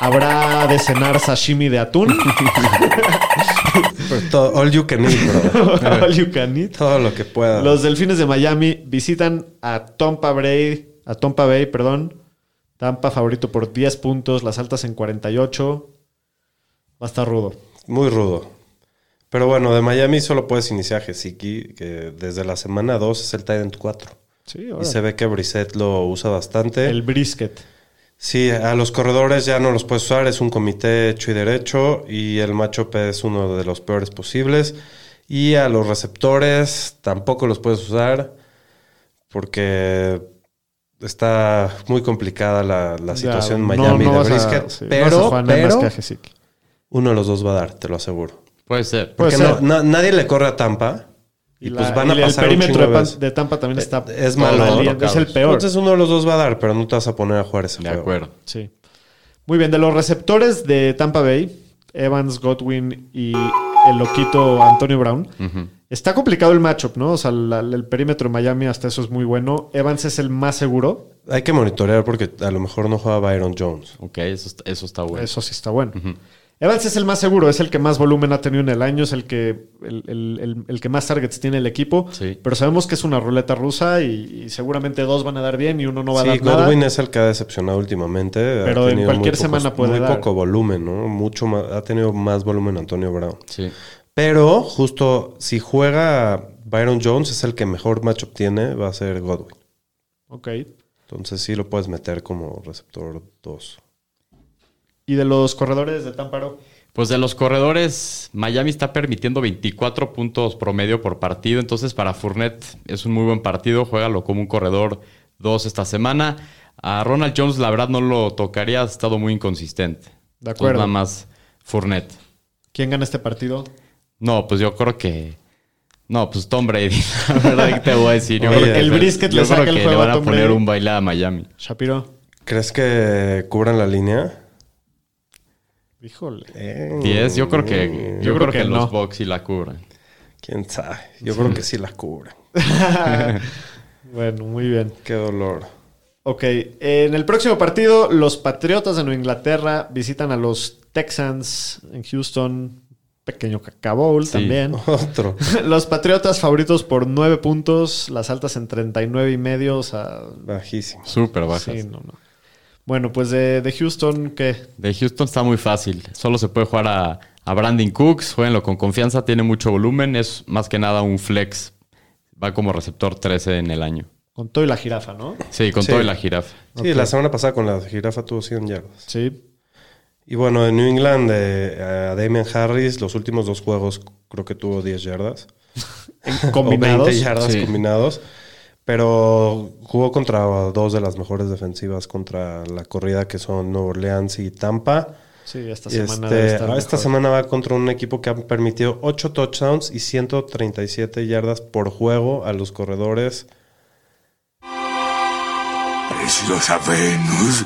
Habrá de cenar sashimi de atún. Pero todo- Pues all you can eat, bro. All you can eat. Todo lo que pueda. Los Delfines de Miami visitan a Tampa Bay, a Tampa Bay, perdón. Tampa favorito por 10 puntos, las altas en 48. Va a estar rudo. Muy rudo. Pero bueno, de Miami solo puedes iniciar a Gesicki, que desde la semana 2 es el Titan 4. Sí, Y se ve que Brissett lo usa bastante. El brisket. Sí, a los corredores ya no los puedes usar, es un comité hecho y derecho y el matchup es uno de los peores posibles. Y a los receptores tampoco los puedes usar porque está muy complicada la, la situación en Ya, Miami no de vas a- Brisket. sí, no vas a pero jugar nada más pero que a Gesicki. uno de los dos va a dar, te lo aseguro. Puede ser. Puede Porque ser. no- na- nadie le corre a Tampa y, la- pues van a y pasar el un perímetro de, chingo de Pan- veces. de Tampa también está Eh, es malo. todo ¿no? el- es el peor. Entonces uno de los dos va a dar, pero no te vas a poner a jugar ese De juego. acuerdo. Sí. Muy bien, de los receptores de Tampa Bay, Evans, Godwin y el loquito Antonio Brown. Está complicado el matchup, ¿no? O sea, la- el perímetro de Miami hasta eso es muy bueno. Evans es el más seguro. Hay que monitorear porque a lo mejor no juega Byron Jones. Ok, eso, está- eso está bueno. Eso sí está bueno. Evans es el más seguro, es el que más volumen ha tenido en el año, es el que, el, el- el- el que más targets tiene el equipo. Sí. Pero sabemos que es una ruleta rusa y, y seguramente dos van a dar bien y uno no va sí, a dar Godwin nada. es el que ha decepcionado últimamente. Ha Pero en tenido cualquier muy semana puede Muy dar. poco volumen, ¿no? Mucho más, ha tenido más volumen Antonio Brown. Sí. Pero justo si juega Byron Jones, es el que mejor matchup tiene, va a ser Godwin. Ok. Entonces sí lo puedes meter como receptor 2. Y de los corredores de Tampa Bay? Pues de los corredores, Miami está permitiendo 24 puntos promedio por partido. Entonces, para Fournette es un muy buen partido. Juégalo como un corredor 2 esta semana. A Ronald Jones, la verdad, no lo tocaría. Ha estado muy inconsistente. De Entonces, acuerdo. nada más Fournette. ¿Quién gana este partido? No, pues yo creo que. No, pues Tom Brady. La verdad que te voy a decir. Yo Oye, creo que- el brisket le yo creo saca el que juego Le van a a, Tom poner Brady. un baile a Miami. Shapiro. ¿Crees que cubran la línea? Híjole. 10, yo creo que. Yo, creo, que, no. los Bucks sí la cubran. Mm, ¿Quién sabe? Yo creo que sí la cubren. Bueno, muy bien. Qué dolor. Ok, en el próximo partido, los Patriotas de Nueva Inglaterra visitan a los Texans en Houston. Pequeño cacabowl Sí. también. Oh. Otro. Los Patriotas favoritos por 9 puntos, las altas en 39 y medio. O sea, Bajísimo. Súper bajas. sí, no, no. Bueno, pues de, de Houston, ¿qué? De Houston está muy fácil. Solo se puede jugar a, a Brandon Cooks. Jueguenlo con confianza. Tiene mucho volumen. Es más que nada un flex. Va como receptor 13 en el año. Con todo y la jirafa, ¿no? Sí, con Sí. todo y la jirafa. Sí, la semana pasada con la jirafa tuvo 100 yardas. Sí. Y bueno, en New England, eh, a Damian Harris, los últimos dos juegos creo que tuvo 10 yardas. Combinados. O 20 yardas Sí. combinados. Pero jugó contra dos de las mejores defensivas contra la corrida que son Nueva Orleans y Tampa. Sí, esta Este, semana. debe estar ah, esta mejor. semana va contra un equipo que ha permitido 8 touchdowns y 137 yardas por juego a los corredores. Preciosa Venus.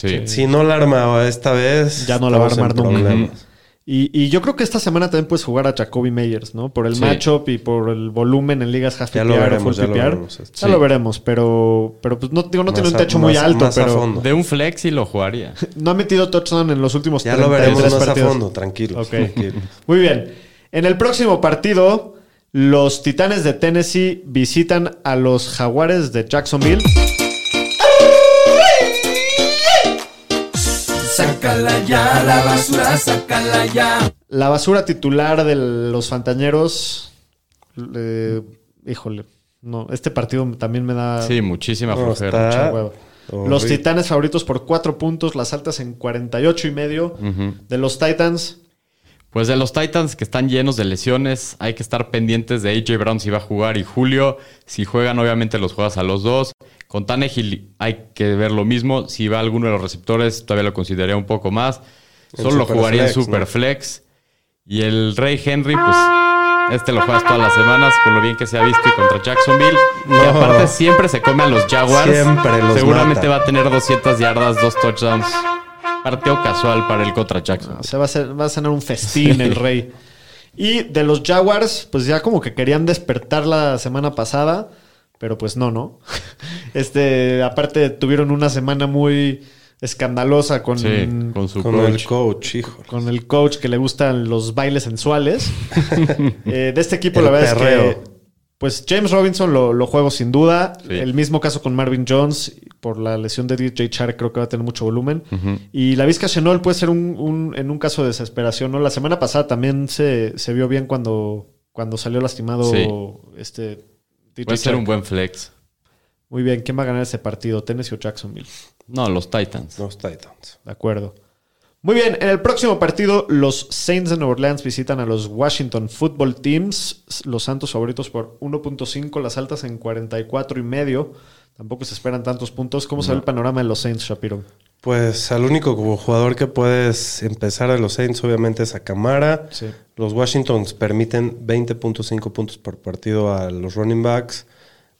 Sí. Si no la armaba esta vez, Ya no la va a estamos en armar nunca. problemas. Y, y yo creo que esta semana también puedes jugar a Jacoby Meyers, ¿no? Por el Sí. matchup y por el volumen en ligas half Ya PPR lo o veremos, full ya lo PPR. veremos. este. Ya Sí. lo veremos, pero, pero pues no, digo, no tiene Más un a- techo más- muy alto, más a pero fondo. De un flex y lo jugaría. no ha metido touchdown en los últimos Ya lo 33 veremos más a partidos. fondo, tranquilo. Ok. tranquilo. Muy bien. En el próximo partido, los Titanes de Tennessee visitan a los Jaguares de Jacksonville. La basura titular de los Fantañeros. eh, híjole, no, este partido también me da Sí, muchísima No, está- flojera. mucha hueva. Ah, Los horrible. Titanes favoritos por cuatro puntos, las altas en 48 y medio Ujú. de los Titans. Pues de los Titans que están llenos de lesiones, hay que estar pendientes de AJ Brown si va a jugar y Julio. Si juegan, obviamente los juegas a los dos. Con Tannehill hay que ver lo mismo. Si va alguno de los receptores, todavía lo consideraría un poco más. En Solo lo jugaría en Superflex, ¿no? Superflex. Y el Rey Henry, pues este lo juegas todas las semanas, con lo bien que se ha visto y contra Jacksonville. Y No. aparte siempre se come a los Jaguars. Siempre los Seguramente mata. va a tener 200 yardas, dos touchdowns. Partido casual para él contra Jackson. O sea, va a, ser, va a cenar un festín el rey. Y de los Jaguars, pues ya como que querían despertar la semana pasada, pero pues no, ¿no? Este, aparte tuvieron una semana muy escandalosa Mm, con, Sí, con su Con coach. el coach, hijo. con el coach que le gustan los bailes sensuales. Eh, de este equipo, El la verdad es que. perreo. Pues James Robinson lo, lo juego sin duda. Sí. El mismo caso con Marvin Jones. Por la lesión de DJ Char creo que va a tener mucho volumen. Y la Vizca Chenol puede ser un, un- en un caso de desesperación. ¿no? La semana pasada también se, se vio bien cuando, cuando salió lastimado Sí. este DJ Puede ser Chark. un buen flex. Muy bien, ¿quién va a ganar ese partido? ¿Tennessee o Jacksonville? No, los Titans. Los Titans. De acuerdo. Muy bien, en el próximo partido los Saints de Nueva Orleans visitan a los Washington Football Teams, los Santos favoritos por 1.5, las altas en 44 y medio. Tampoco se esperan tantos puntos. ¿Cómo se ve el panorama de los Saints, Shapiro? Pues al único como jugador que puedes empezar de los Saints, obviamente, es a Camara. Sí. Los Washingtons permiten 20.5 puntos por partido a los running backs.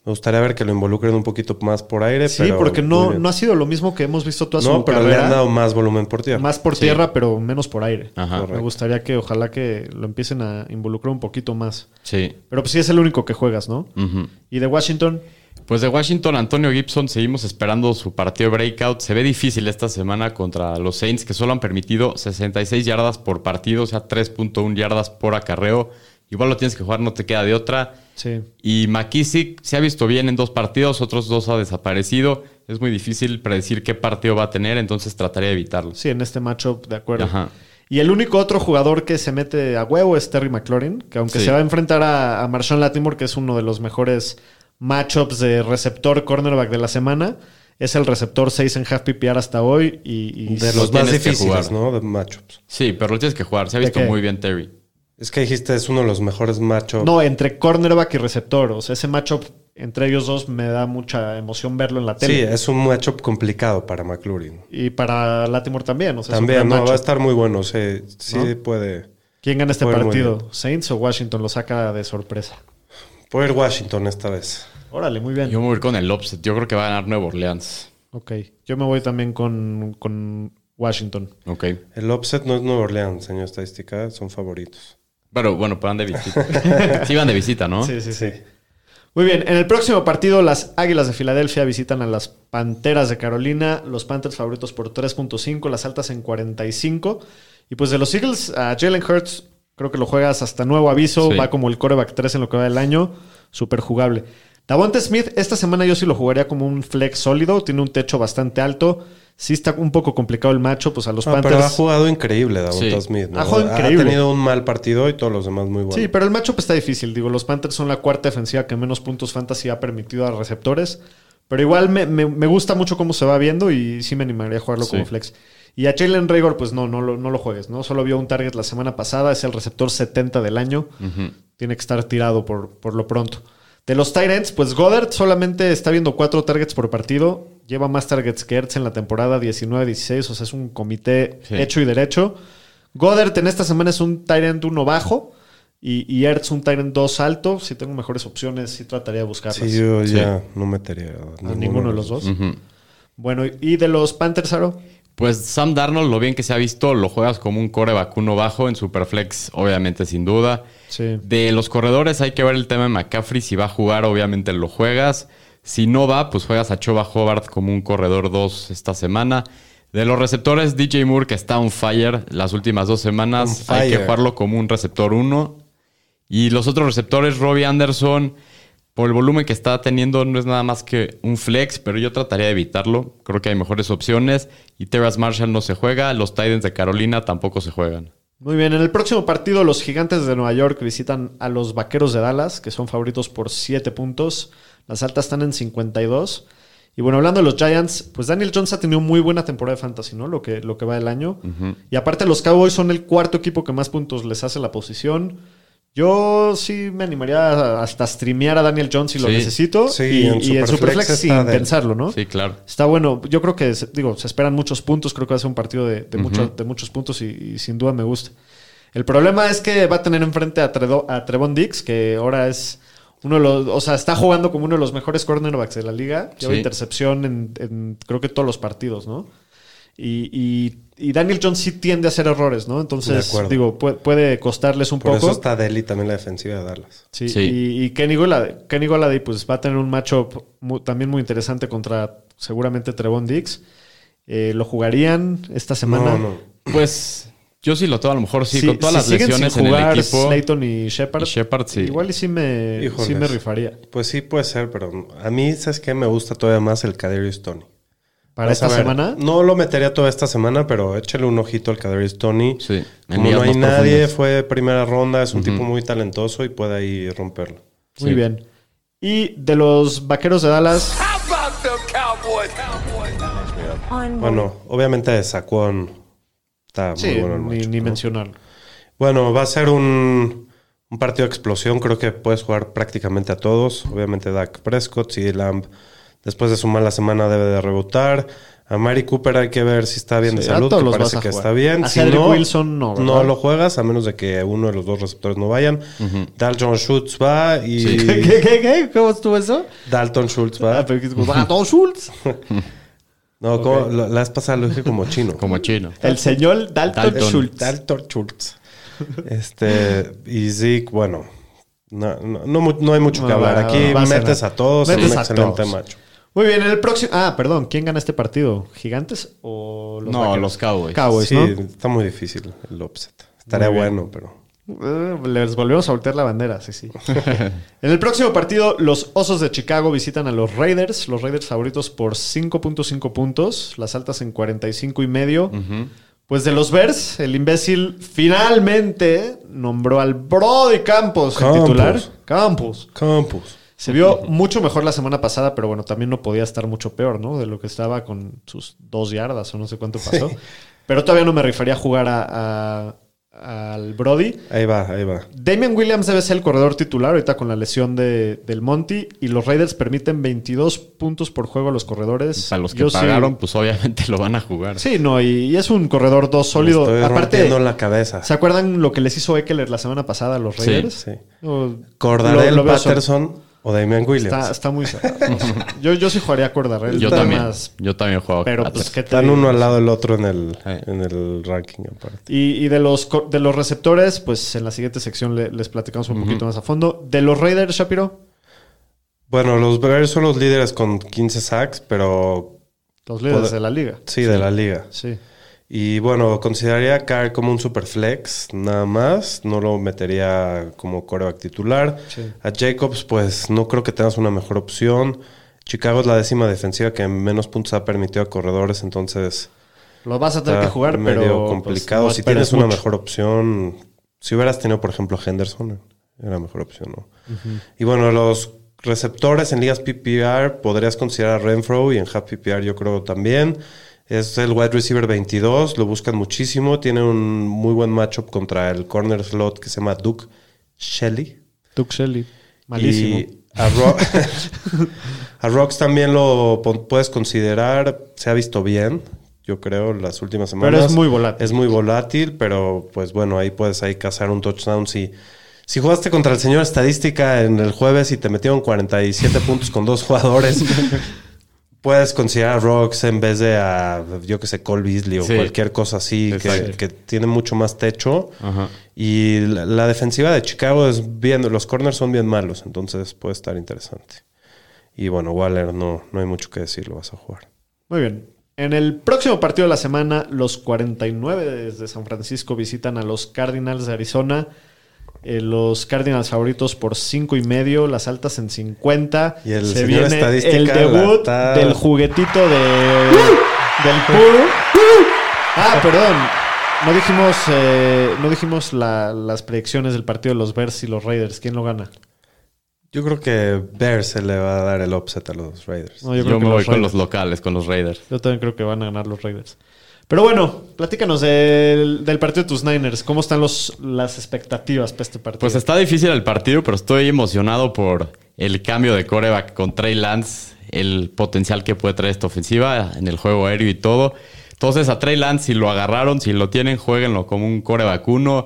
Me gustaría ver que lo involucren un poquito más por aire. Sí, Eh, pero porque muy no, bien. no ha sido lo mismo que hemos visto toda su No, pero le carrera. han dado más volumen por tierra. Más por Sí. tierra, pero menos por aire. Ajá. Me Correcto. gustaría que ojalá que lo empiecen a involucrar un poquito más. Sí. Pero pues sí es el único que juegas, ¿no? Mm. Ujú. Y de Washington, Pues de Washington, Antonio Gibson, seguimos esperando su partido breakout. Se ve difícil esta semana contra los Saints, que solo han permitido 66 yardas por partido, o sea, 3.1 yardas por acarreo. Igual lo tienes que jugar, no te queda de otra. sí. Y McKissick se ha visto bien en dos partidos, otros dos ha desaparecido. Es muy difícil predecir qué partido va a tener, entonces trataré de evitarlo. Sí, en este matchup, de acuerdo. Ajá. Y el único otro jugador que se mete a huevo es Terry McLaurin, que aunque Sí. se va a enfrentar a, a Marshawn Latimore, que es uno de los mejores matchups de receptor cornerback de la semana, es el receptor 6 en half PPR hasta hoy y, y- de lo los más tienes que difíciles, jugar. ¿no? De matchups. Sí, pero lo tienes que jugar. Se ha visto qué? muy bien Terry. Es que dijiste es uno de los mejores matchups. no, entre cornerback y receptor, o sea, ese matchup entre ellos dos me da mucha emoción verlo en la sí, eh. tele. es un matchup complicado para McLaurin. Y para Latimore también, o sea, es un gran También, no, va a matchup. estar muy bueno. Sí, sí ¿No? puede. ¿Quién gana este Muy, muy partido? ¿Saints o Washington lo saca de sorpresa? Puede ir Washington esta vez. Órale, muy bien. Yo me voy a ir con el offset. Yo creo que va a ganar Nueva Orleans. Ok, yo me voy también con, con Washington. Ok. El offset no es Nueva Orleans, señor estadística. Son favoritos. Pero bueno, pues van de visita. sí van de visita, ¿no? Sí, sí, sí. Muy bien, en el próximo partido las Águilas de Filadelfia visitan a las Panteras de Carolina, los Panthers favoritos por 3.5, las altas en 45. Y pues de los Eagles a Jalen Hurts, creo que lo juegas hasta nuevo aviso, Sí. va como el coreback 3 en lo que va del año, súper jugable. Davante Smith, esta semana yo sí lo jugaría como un flex sólido, tiene un techo bastante alto, sí está un poco complicado el macho, pues a los Ah, Panthers... pero ha jugado increíble Davonta Sí. Smith. ¿no? Ha jugado Ha- increíble. Ha tenido un mal partido y todos los demás muy buenos. Sí, pero el matchup está difícil. Digo, los Panthers son la cuarta defensiva que menos puntos fantasy ha permitido a receptores. Pero igual me, me- me gusta mucho cómo se va viendo y sí me animaría a jugarlo como Sí. flex. Y a Jalen Rager, pues no, no lo, no lo juegues, ¿no? Solo vio un target la semana pasada, es el receptor 70 del año. Tiene que estar tirado por, por lo pronto. De los Tyrants, pues Goddard solamente está viendo cuatro targets por partido. Lleva más targets que Ertz en la temporada 19-16, o sea, es un comité Sí. hecho y derecho. Goddard en esta semana es un Tyrant 1 bajo y, y Ertz un Tyrant 2 alto. Si tengo mejores opciones, sí trataría de buscarlas. Sí, yo Sí. ya no metería a a ninguno de los dos. Ujú. Bueno, ¿y de los Panthers, Aro? Pues Sam Darnold, lo bien que se ha visto, lo juegas como un core vacuno bajo en Superflex, obviamente, sin duda. Sí. De los corredores hay que ver el tema de McCaffrey. Si va a jugar, obviamente lo juegas. Si no va, pues juegas a Choba Hobart como un corredor 2 esta semana. De los receptores, DJ Moore, que está on fire las últimas dos semanas, On hay que fire. jugarlo como un receptor 1. Y los otros receptores, Robbie Anderson, por el volumen que está teniendo, no es nada más que un flex, pero yo trataría de evitarlo. Creo que hay mejores opciones. Y Terrace Marshall no se juega. Los Titans de Carolina tampoco se juegan. Muy bien, en el próximo partido los gigantes de Nueva York visitan a los vaqueros de Dallas, que son favoritos por 7 puntos. Las altas están en 52. Y bueno, hablando de los Giants, pues Daniel Jones ha tenido muy buena temporada de fantasy, ¿no? Lo que, lo que va del año. Y aparte los Cowboys son el cuarto equipo que más puntos les hace la posición. Yo sí me animaría a- hasta a streamear a Daniel Jones si lo Sí. necesito. Sí, y, y en en Superflex Superflex está sin de- pensarlo, ¿no? Sí, claro. Está bueno. Yo creo que, se- digo, se esperan muchos puntos. Creo que va a ser un partido de, de mucho- de muchos puntos y, y sin duda me gusta. El problema es que va a tener enfrente a, Tredo- a Trevon Dix, que ahora es uno de los. O sea, está jugando como uno de los mejores cornerbacks de la liga. Lleva Sí. intercepción en, en creo que todos los partidos, ¿no? Y, y- y Daniel Jones sí tiende a hacer errores, ¿no? De Entonces, acuerdo. digo, puede, puede costarles un Por poco. eso está Deli también la defensiva de Dallas. Sí, Sí. Y, y Kenny Golade- Kenny Golladay, pues va a tener un matchup mu- también muy interesante contra seguramente Trevon Dix. Eh, ¿Lo jugarían esta semana? No, no. Pues yo sí lo tengo, a lo mejor sí, Si- con todas si siguen las sin lesiones en jugar el equipo. Slayton y Shepard. y Shepard, sí. Igual y sí me, Híjoles. sí me rifaría. Pues sí puede ser, pero a mí, ¿sabes qué? Me gusta todavía más el Kaderius Tony. Para Vas a esta ver, semana. No lo metería toda esta semana, pero échale un ojito al Kaderius Tony. Sí, en Como ligas no hay más nadie, profundas. fue primera ronda, es un tipo muy talentoso y puede ahí romperlo. Muy Sí. bien. Y de los vaqueros de Dallas. Ah, Bueno, obviamente Saquon está Sí, muy bueno el ni, matchup, ni ¿no? mencionarlo. Bueno, va a ser un, un partido de explosión. Creo que puedes jugar prácticamente a todos. Obviamente, Dak Prescott, CD Lamb, después de su mala semana, debe de rebotar. A Mary Cooper hay que ver si está bien de Sí, a salud, todos que los parece vas a que jugar. está bien. A si Cedric no, Wilson no, ¿verdad? no lo juegas, a menos de que uno de los dos receptores no vayan. Dalton Schultz va y ¿Qué, qué, qué? ¿Cómo estuvo eso? Dalton Schultz Ah, va. pero que- ah, no, Schultz. No, como, la, la vez pasada lo dije como chino. Como chino. El señor Dalton, Dalton. Schultz. Dalton Schultz. Este, y Zeke, bueno, no, no, no mu- no hay mucho que No, hablar. va- Aquí va a metes ser- a todos en metes un a excelente todos. macho. Muy bien, en el próximo. Ah, perdón, ¿quién gana este partido? ¿Gigantes o los No, vaqueros? los Cowboys. Cowboys, sí, Ah, ¿no? está muy difícil el offset. Estaría bueno, pero. Eh, les volvemos a voltear la bandera, sí, sí. en el próximo partido, los Osos de Chicago visitan a los Raiders, los Raiders favoritos por 5.5 puntos, las altas en 45 y medio. Pues de los Bears, el imbécil finalmente nombró al Brody Campos, el Campos. titular. Campos. Campus. Se vio mucho mejor la semana pasada, pero bueno, también no podía estar mucho peor, ¿no? De lo que estaba con sus dos yardas o no sé cuánto pasó. Pero todavía no me refería a jugar a- a- al Brody. Ahí va, ahí va. Damian Williams debe ser el corredor titular ahorita con la lesión de, del Monty y los Raiders permiten 22 puntos por juego a los corredores. A los que Yo sí- pagaron, pues obviamente lo van a jugar. Sí, no, y, y es un corredor 2 sólido. Estoy Aparte, rompiendo la cabeza. ¿se acuerdan lo que les hizo Eckler la semana pasada a los Sí, Raiders? sí. No, Cordarel lo- lo veo sólido. Patterson o Damian Williams. Está, está muy cerrado. yo, yo sí jugaría a Cordarrelle. yo nada también. más. Yo también juego. Pero a- pues qué tal. Están uno al lado del otro en el, Sí. en el ranking. Aparte. Y, y de, los, co- de los receptores, pues en la siguiente sección le- les platicamos un poquito más a fondo. De los Raiders, Shapiro, Bueno, los Bears son los líderes con 15 sacks, pero los líderes Poder- de la liga. sí, de la liga. Sí. Y bueno, consideraría a Carr como un superflex, nada más. No lo metería como coreback titular. Sí. A Jacobs, pues no creo que tengas una mejor opción. Chicago es la décima defensiva que menos puntos ha permitido a corredores, entonces Lo vas a tener está que jugar, medio pero. pues, complicado. si tienes una mejor opción, si hubieras tenido, por ejemplo, a Henderson, era mejor opción, ¿no? Y bueno, los receptores en ligas PPR podrías considerar a Renfro y en Half PPR yo creo también. Es el wide receiver 22, lo buscan muchísimo. Tiene un muy buen matchup contra el corner slot que se llama Duke Shelley. Duke Shelley. Malísimo. Y a, Ro- a Rocks también lo pon- puedes considerar. Se ha visto bien, yo creo, las últimas semanas. es muy volátil. Es muy volátil, pero pues bueno, ahí puedes ahí cazar un touchdown. Si, si jugaste contra el señor estadística en el jueves y te metieron 47 puntos con dos jugadores, puedes considerar a Rocks en vez de a, yo que sé, Cole Beasley o Sí. cualquier cosa así que, Exacto. que tiene mucho más techo. Y la, la defensiva de Chicago es bien, los corners son bien malos, entonces puede estar interesante. Y bueno, Waller no, no hay mucho que decir, lo vas a jugar. Muy bien. En el próximo partido de la semana, los 49 de San Francisco visitan a los Cardinals de Arizona. Eh, los Cardinals favoritos por 5 y medio, las altas en 50. Y el señor estadística el la debut está- del juguetito de, del Pur. Ah, perdón. No dijimos, eh, no dijimos la- las predicciones del partido de los Bears y los Raiders. ¿Quién lo gana? Yo creo que Bears se le va a dar el upset a los Raiders. No, Yo, creo que me voy los con Raiders. los locales, con los Raiders. Yo también creo que van a ganar los Raiders. Pero bueno, platícanos del, del partido de tus Niners. ¿Cómo están los, las expectativas para este partido? Pues está difícil el partido, pero estoy emocionado por el cambio de coreback con Trey Lance, el potencial que puede traer esta ofensiva en el juego aéreo y todo. Entonces a Trey Lance, si lo agarraron, si lo tienen, jueguenlo como un coreback uno,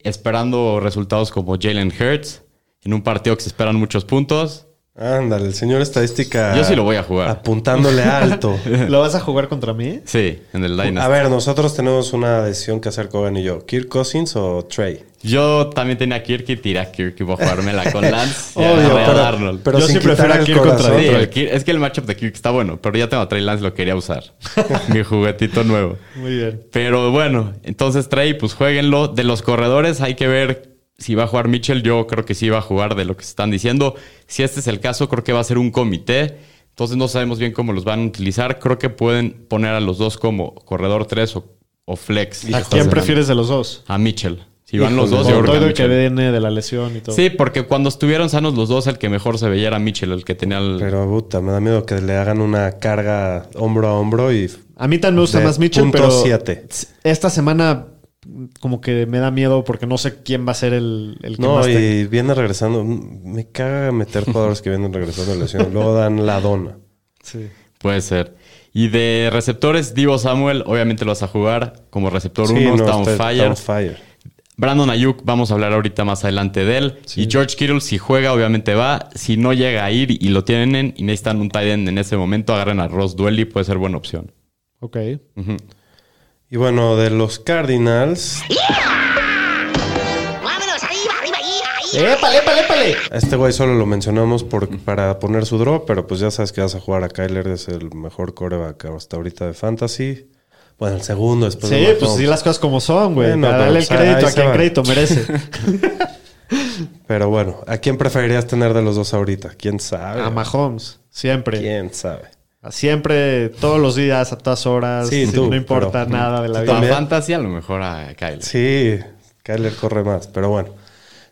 esperando resultados como Jalen Hurts, en un partido que se esperan muchos puntos. Ándale, el señor estadística. Yo sí lo voy a jugar. Apuntándole alto. ¿Lo vas a jugar contra mí? Sí, en el Dynasty. A ver, nosotros tenemos una decisión que hacer Cogan y yo. ¿Kirk Cousins o Trey? Yo también tenía a Kirk y tiré a Kirk y voy a jugármela con Lance. y Obvio, agarré a pero- Darnold. Yo sí quitar prefiero a el Kirk contra corazón. Sí, el Kirk- es que el matchup de Kirk está bueno, pero ya tengo a Trey Lance, lo quería usar. Mi juguetito nuevo. Muy bien. Pero bueno, entonces Trey, pues jueguenlo. De los corredores hay que ver si va a jugar Mitchell. Yo creo que sí va a jugar de lo que se están diciendo. Si este es el caso, creo que va a ser un comité. Entonces no sabemos bien cómo los van a utilizar. Creo que pueden poner a los dos como corredor 3 o, o flex. ¿A quién prefieres de los dos? A Mitchell. Si van los Híjole, dos, con yo Con creo que a todo el que Mitchell. viene de la lesión y todo. Sí, porque cuando estuvieron sanos los dos, el que mejor se veía era Mitchell, el que tenía el... Pero puta, me da miedo que le hagan una carga hombro a hombro y. A mí también me gusta de más Mitchell, punto pero siete. esta semana como que me da miedo porque no sé quién va a ser el, el que No, más y te- viene regresando. Me caga meter jugadores que vienen regresando de lesión. Luego dan la dona. Sí. Puede ser. Y de receptores, Divo Samuel, obviamente lo vas a jugar como receptor 1, Sí, no, está on está- está fire. on fire. Brandon Ayuk, vamos a hablar ahorita más adelante de él. Y George Kittle, si juega, obviamente va. Si no llega a ir y lo tienen y necesitan un tight end en ese momento, agarren a Ross Duelly, puede ser buena opción. Ok. Y bueno, de los Cardinals, Vámonos, arriba, arriba, ahí, ahí. ¡Épale, épale, épale! a este güey solo lo mencionamos por- para poner su drop, pero pues ya sabes que vas a jugar a Kyler, es el mejor coreback hasta ahorita de Fantasy. Bueno, el segundo después Sí, de pues sí, Mahomes. las cosas como son, güey. Bueno, Para pero, darle el pues, ahí crédito a se quien va. crédito merece. Pero bueno, ¿a quién preferirías tener de los dos ahorita? ¿Quién sabe? A Mahomes, siempre. ¿Quién sabe? Siempre, todos los días, a todas horas. Sí, sin- tú, no importa pero- nada de la tú vida. Para también. Fantasy, a lo mejor a Kyle. Sí, Kyler corre más, pero bueno.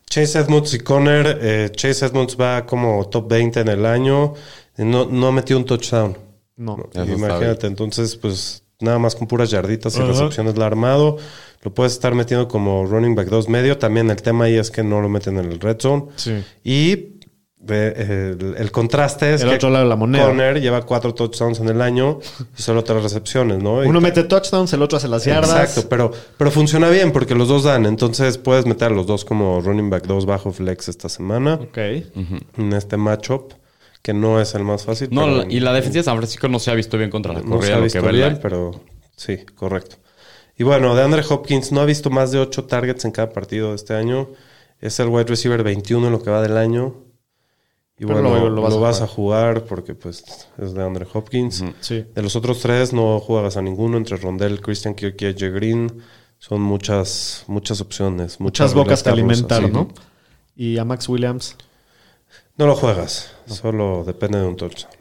Chase Edmonds y Conner. eh, Chase Edmonds va como top 20 en el año. No, no ha metido un touchdown. No. No, Eso está Imagínate, entonces, pues nada más con puras yarditas y recepciones la ha armado. Lo puedes estar metiendo como running back 2 medio. También el tema ahí es que no lo meten en el red zone. Sí. Y eh, el, el contraste es El que otro lado de la moneda. Conner lleva cuatro touchdowns en el año y solo tres recepciones, ¿no? Y- Uno mete touchdowns, el otro hace las yardas. Exacto, pero, pero funciona bien porque los dos dan. Entonces puedes meter a los dos como running back 2 bajo flex esta semana Ok. en este matchup, que no es el más fácil. No, pero- la- y la defensa de San Francisco no se ha visto bien contra la no se corrida, ha lo que visto va el bien, line. pero sí, correcto. Y bueno, de Andre Hopkins no ha visto más de 8 targets en cada partido este año. Es el wide receiver 21 en lo que va del año. Y Pero bueno, lo- lo, lo vas vas, a a jugar porque pues es de Andre Hopkins. Sí. De los otros tres no juegas a ninguno entre Rondell, Christian Kirk y AJ Green. Son muchas, muchas opciones. Muchas bocas que alimentar, alimentaron ¿no? Y a Max Williams. No lo juegas, solo depende de un touchdown.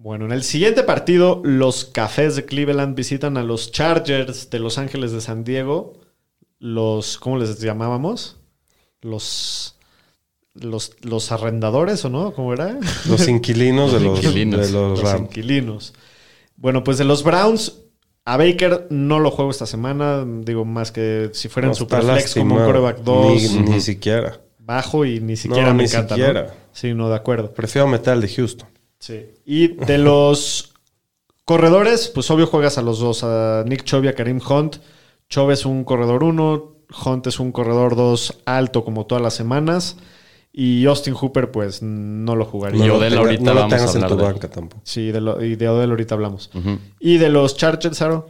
Bueno, en el siguiente partido, los Cafés de Cleveland visitan a los Chargers de Los Ángeles de San Diego. Los, ¿cómo les llamábamos? Los, los, los arrendadores, ¿o no? ¿Cómo era? Los inquilinos de los, inquilinos. de los los Rams. inquilinos. Bueno, pues de los Browns, a Baker no lo juego esta semana. Digo, más que si fuera en No, está Superflex como un lastimado. coreback 2, Ni, ni siquiera. bajo y ni siquiera No, me ni encanta. ¿no? siquiera. Sí, no, de acuerdo. Prefiero metal de Houston. Sí. Y de los corredores, pues obvio juegas a los dos, a Nick Chubb y a Karim Hunt. Chubb es un corredor 1, Hunt es un corredor 2 alto como todas las semanas. Y Austin Hooper, pues no lo jugaría. Y lo Odell tenga- ahorita no lo vamos a tengas en hablar tu de él. banca tampoco. Sí, de lo- y de Odell ahorita hablamos. Y de los Chargers, Aro.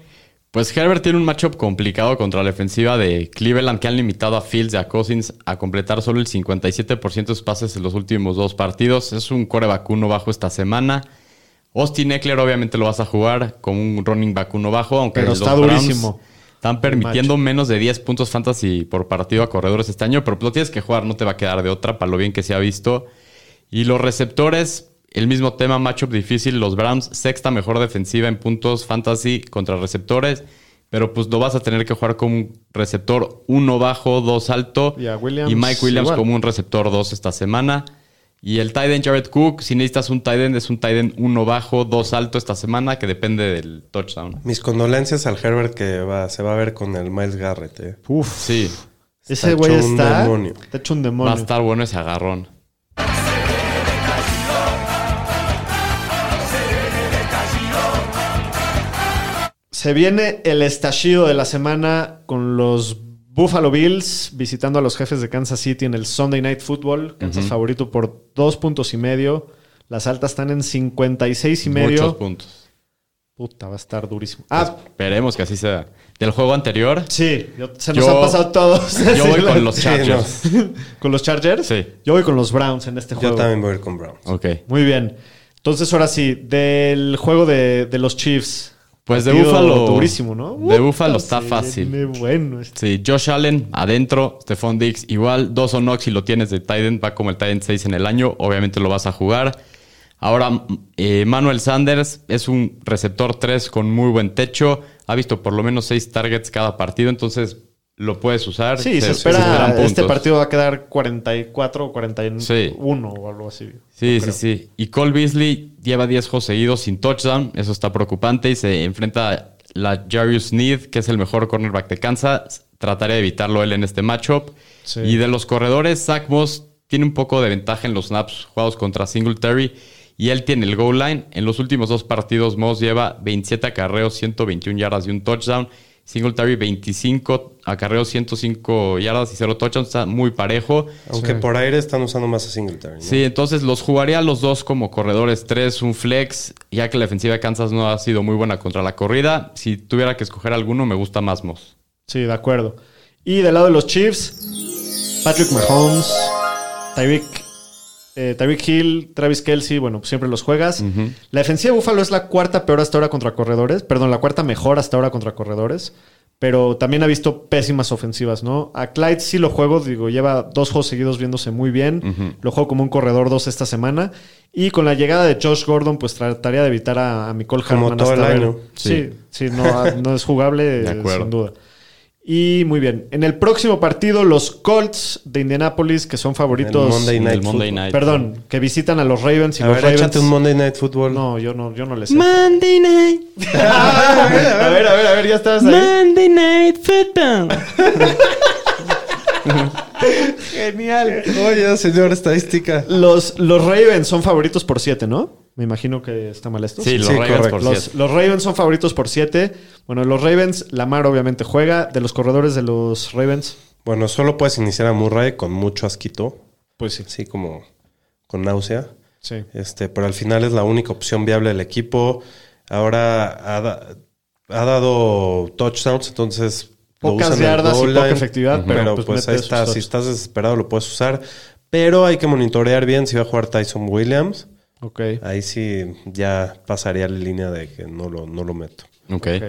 Pues Herbert tiene un matchup complicado contra la defensiva de Cleveland, que han limitado a Fields y a Cousins a completar solo el 57% de sus pases en los últimos dos partidos. Es un core vacuno bajo esta semana. Austin Eckler obviamente lo vas a jugar como un running vacuno bajo, aunque Pero los está Browns durísimo. Están permitiendo menos de 10 puntos fantasy por partido a corredores este año, pero lo tienes que jugar, no te va a quedar de otra, para lo bien que se ha visto. Y los receptores, el mismo tema, matchup difícil. Los Browns, sexta mejor defensiva en puntos fantasy contra receptores, pero pues lo vas a tener que jugar como un receptor uno bajo, dos alto. Y a Williams y Mike Williams igual. como un receptor dos esta semana. Y el tight end Jared Cook, si necesitas un tight end, es un tight end uno bajo, dos alto esta semana, que depende del touchdown. Mis condolencias al Herbert que va, se va a ver con el Miles Garrett. eh. Uf. Sí, Ese Está güey hecho un está. demonio. Está hecho un va demonio. a estar bueno ese agarrón. Se viene el estallido de la semana con los Buffalo Bills visitando a los jefes de Kansas City en el Sunday Night Football. Kansas favorito por dos puntos y medio. Las altas están en 56 y Muchos medio. puntos. Puta, va a estar durísimo. Ah, Esperemos que así sea. Del juego anterior, sí, yo- se nos Yo- han pasado todos. yo voy con los Sí, Chargers. ¿Con los Chargers. Sí. Yo voy con los Browns en este juego. Yo también voy a ir con Brown. Ok. Muy bien. Entonces, ahora sí, del juego de, de los Chiefs. Pues de Partido Buffalo. Durísimo, ¿no? De Puta, Buffalo está se fácil. viene bueno este. Sí, Josh Allen adentro, Stephon Diggs igual, dos Knox si lo tienes de Titan, va como el Titan 6 en el año, obviamente lo vas a jugar. Ahora, m- eh, Manuel Sanders es un receptor 3 con muy buen techo, ha visto por lo menos 6 targets cada partido, entonces lo puedes usar. Sí, se, esperan espera. Este puntos. partido va a quedar 44 o 41 Sí. o algo así. Sí, yo sí, creo. sí. Y Cole Beasley lleva 10 juegos seguidos sin touchdown. Eso está preocupante y se enfrenta a la Jarius Need, que es el mejor cornerback de Kansas. Trataré de evitarlo él en este matchup. Sí. Y de los corredores, Zach Moss tiene un poco de ventaja en los snaps jugados contra Singletary. Y él tiene el goal line. En los últimos dos partidos, Moss lleva 27 acarreos, 121 yardas y un touchdown. Singletary 25 acarreos, 105 yardas y 0 touchdowns. Está muy parejo. Aunque por aire están usando más a Singletary. ¿no? Sí, entonces los jugaría a los dos como corredores tres, un flex, ya que la defensiva de Kansas no ha sido muy buena contra la corrida. Si tuviera que escoger alguno, me gusta más Moss. Sí, de acuerdo. Y del lado de los Chiefs, Patrick Mahomes, Tyreek, eh, Tyreek Hill, Travis Kelsey, bueno, pues siempre los juegas. La defensiva de Buffalo es la cuarta peor hasta ahora contra corredores, perdón, la cuarta mejor hasta ahora contra corredores, pero también ha visto pésimas ofensivas, ¿no? A Clyde sí lo juego, digo, lleva dos juegos seguidos viéndose muy bien, lo juego como un corredor dos esta semana, y con la llegada de Josh Gordon, pues trataría de evitar a, a Nicole Como Harman todo hasta el ver- año. Sí, sí, no, no es jugable, De acuerdo. sin duda. Y muy bien, en el próximo partido los Colts de Indianapolis, que son El favoritos, Monday En Night el Monday Football. Night. perdón, que visitan a los Ravens y A los ver, Ravens... échate un Monday Night Football. no, yo no, yo no les sé. Monday night, a ver, a ver, a ver, ya estabas ahí. Monday night football. Genial. Oye, señor estadística. Los, los Ravens son favoritos por 7, ¿no? Me imagino que está mal esto. Sí, los sí, Ravens correcto. por Los, cierto. los Ravens son favoritos por 7. Bueno, los Ravens, Lamar obviamente juega. De los corredores de los Ravens, Bueno, solo puedes iniciar a Murray con mucho asquito. pues sí. Así como con náusea. Sí. Este, pero al final es la única opción viable del equipo. Ahora ha, da- ha dado touchdowns, entonces lo Pocas usan en yardas y goal poca line, efectividad, pero, pero, pues, pues, mete ahí sus está. Si touchdowns. estás desesperado lo puedes usar, pero hay que monitorear bien si va a jugar Tyson Williams. Ok. Ahí sí ya pasaría la línea de que no lo, no lo meto. Ok. Ok.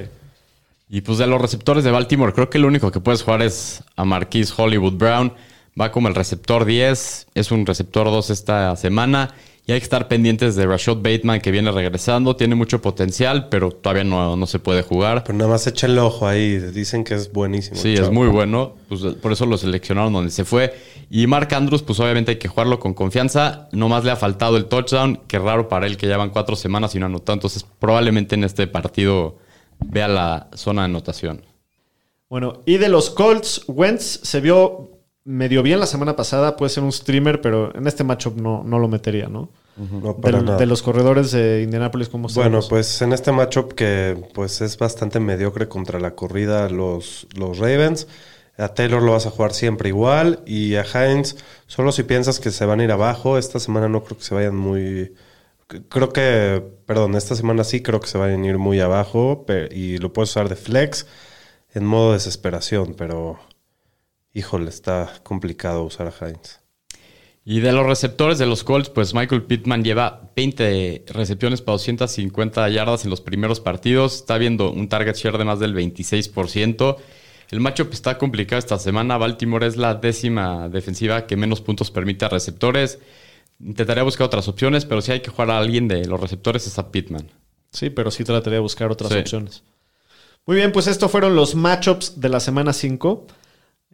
Y pues de los receptores de Baltimore, creo que lo único que puedes jugar es a Marquise Hollywood Brown. Va como el receptor 10, es un receptor 2 esta semana. Y hay que estar pendientes de Rashad Bateman que viene regresando. Tiene mucho potencial, pero todavía no, no se puede jugar. Pero Pues nada más echa el ojo ahí, dicen que es buenísimo. Sí, chavo. es muy bueno. Pues, por eso lo seleccionaron donde se fue. Y Mark Andrews, pues obviamente hay que jugarlo con confianza. Nomás le ha faltado el touchdown. Qué raro para él que ya van cuatro semanas y no anotó. Entonces, probablemente en este partido vea la zona de anotación. Bueno, y de los Colts, Wentz se vio medio bien la semana pasada, puede ser un streamer, pero en este matchup no, no lo metería, ¿no? No, Del- para de, nada. los corredores de Indianapolis, ¿cómo Bueno, sabemos? pues en este matchup que pues es bastante mediocre contra la corrida los, los Ravens, A Taylor lo vas a jugar siempre igual. Y a Hines, solo si piensas que se van a ir abajo. Esta semana no creo que se vayan muy. c- Creo que. Perdón, esta semana sí creo que se vayan a ir muy abajo. pe- y lo puedes usar de flex en modo desesperación. Pero. Híjole, está complicado usar a Hines. Y de los receptores de los Colts, pues Michael Pittman lleva 20 recepciones para 250 yardas en los primeros partidos. Está viendo un target share de más del 26%. El matchup está complicado esta semana. Baltimore es la décima defensiva que menos puntos permite a receptores. Intentaré buscar otras opciones, pero si hay que jugar a alguien de los receptores es a Pittman. Sí, pero sí trataría de buscar otras Sí. opciones. Muy bien, pues estos fueron los matchups de la semana 5.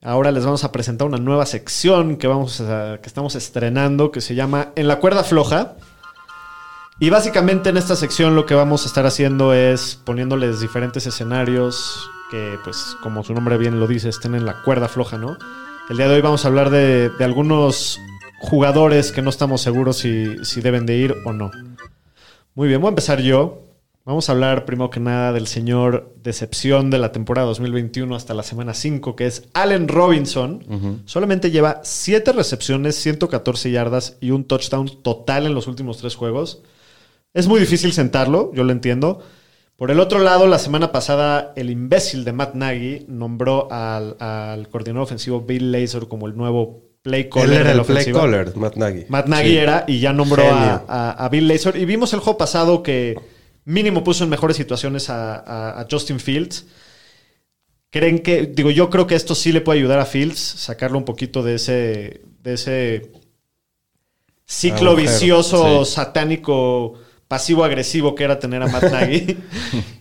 Ahora les vamos a presentar una nueva sección que, vamos a- que estamos estrenando que se llama En la cuerda floja. Y básicamente en esta sección lo que vamos a estar haciendo es poniéndoles diferentes escenarios que, pues, como su nombre bien lo dice, estén en la cuerda floja, ¿no? El día de hoy vamos a hablar de, de algunos jugadores que no estamos seguros si, si deben de ir o no. Muy bien, voy a empezar yo. Vamos a hablar primero que nada del señor decepción de la temporada 2021 hasta la semana 5, que es Allen Robinson. Solamente lleva 7 recepciones, 114 yardas y un touchdown total en los últimos 3 juegos. Es muy difícil sentarlo, yo lo entiendo. Por el otro lado, la semana pasada, el imbécil de Matt Nagy nombró al, al coordinador ofensivo Bill Lazor como el nuevo play caller. Él de era la el play ofensiva. caller, Matt Nagy. Matt Nagy Sí. era y ya nombró a, Genio. a- a Bill Lazor. Y vimos el juego pasado que mínimo puso en mejores situaciones a, a- a Justin Fields. ¿Creen que, digo, yo creo que esto sí le puede ayudar a Fields, sacarlo un poquito de ese, de ese ciclo Agujero, vicioso, sí. satánico, pasivo-agresivo que era tener a Matt Nagy?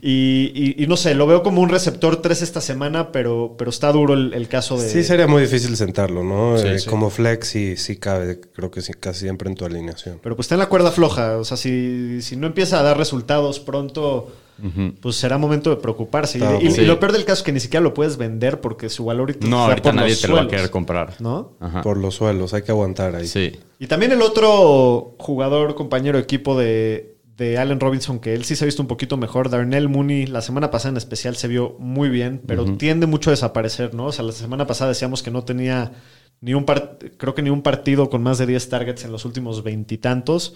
y, y- y no sé, lo veo como un receptor 3 esta semana, pero, pero está duro el, el caso de... Sí, sería muy difícil sentarlo, ¿no? Sí, Eh, sí. Como flex sí, sí cabe, creo que sí, casi siempre en tu alineación. Pero pues está en la cuerda floja. O sea, si, si no empieza a dar resultados pronto, Mm. pues será momento de preocuparse. Y- Está y, y bueno. lo peor del caso es que ni siquiera lo puedes vender porque su valor ahorita No, está ahorita por nadie los te lo va a suelos, querer comprar. ¿No? Ajá. Por los suelos, hay que aguantar ahí. Sí. Y también el otro jugador, compañero de equipo de, de Allen Robinson, que él sí se ha visto un poquito mejor, Darnell Mooney, la semana pasada en especial se vio muy bien, pero tiende mucho a desaparecer, ¿no? O sea, la semana pasada decíamos que no tenía ni un par- creo que ni un partido con más de 10 targets en los últimos veintitantos,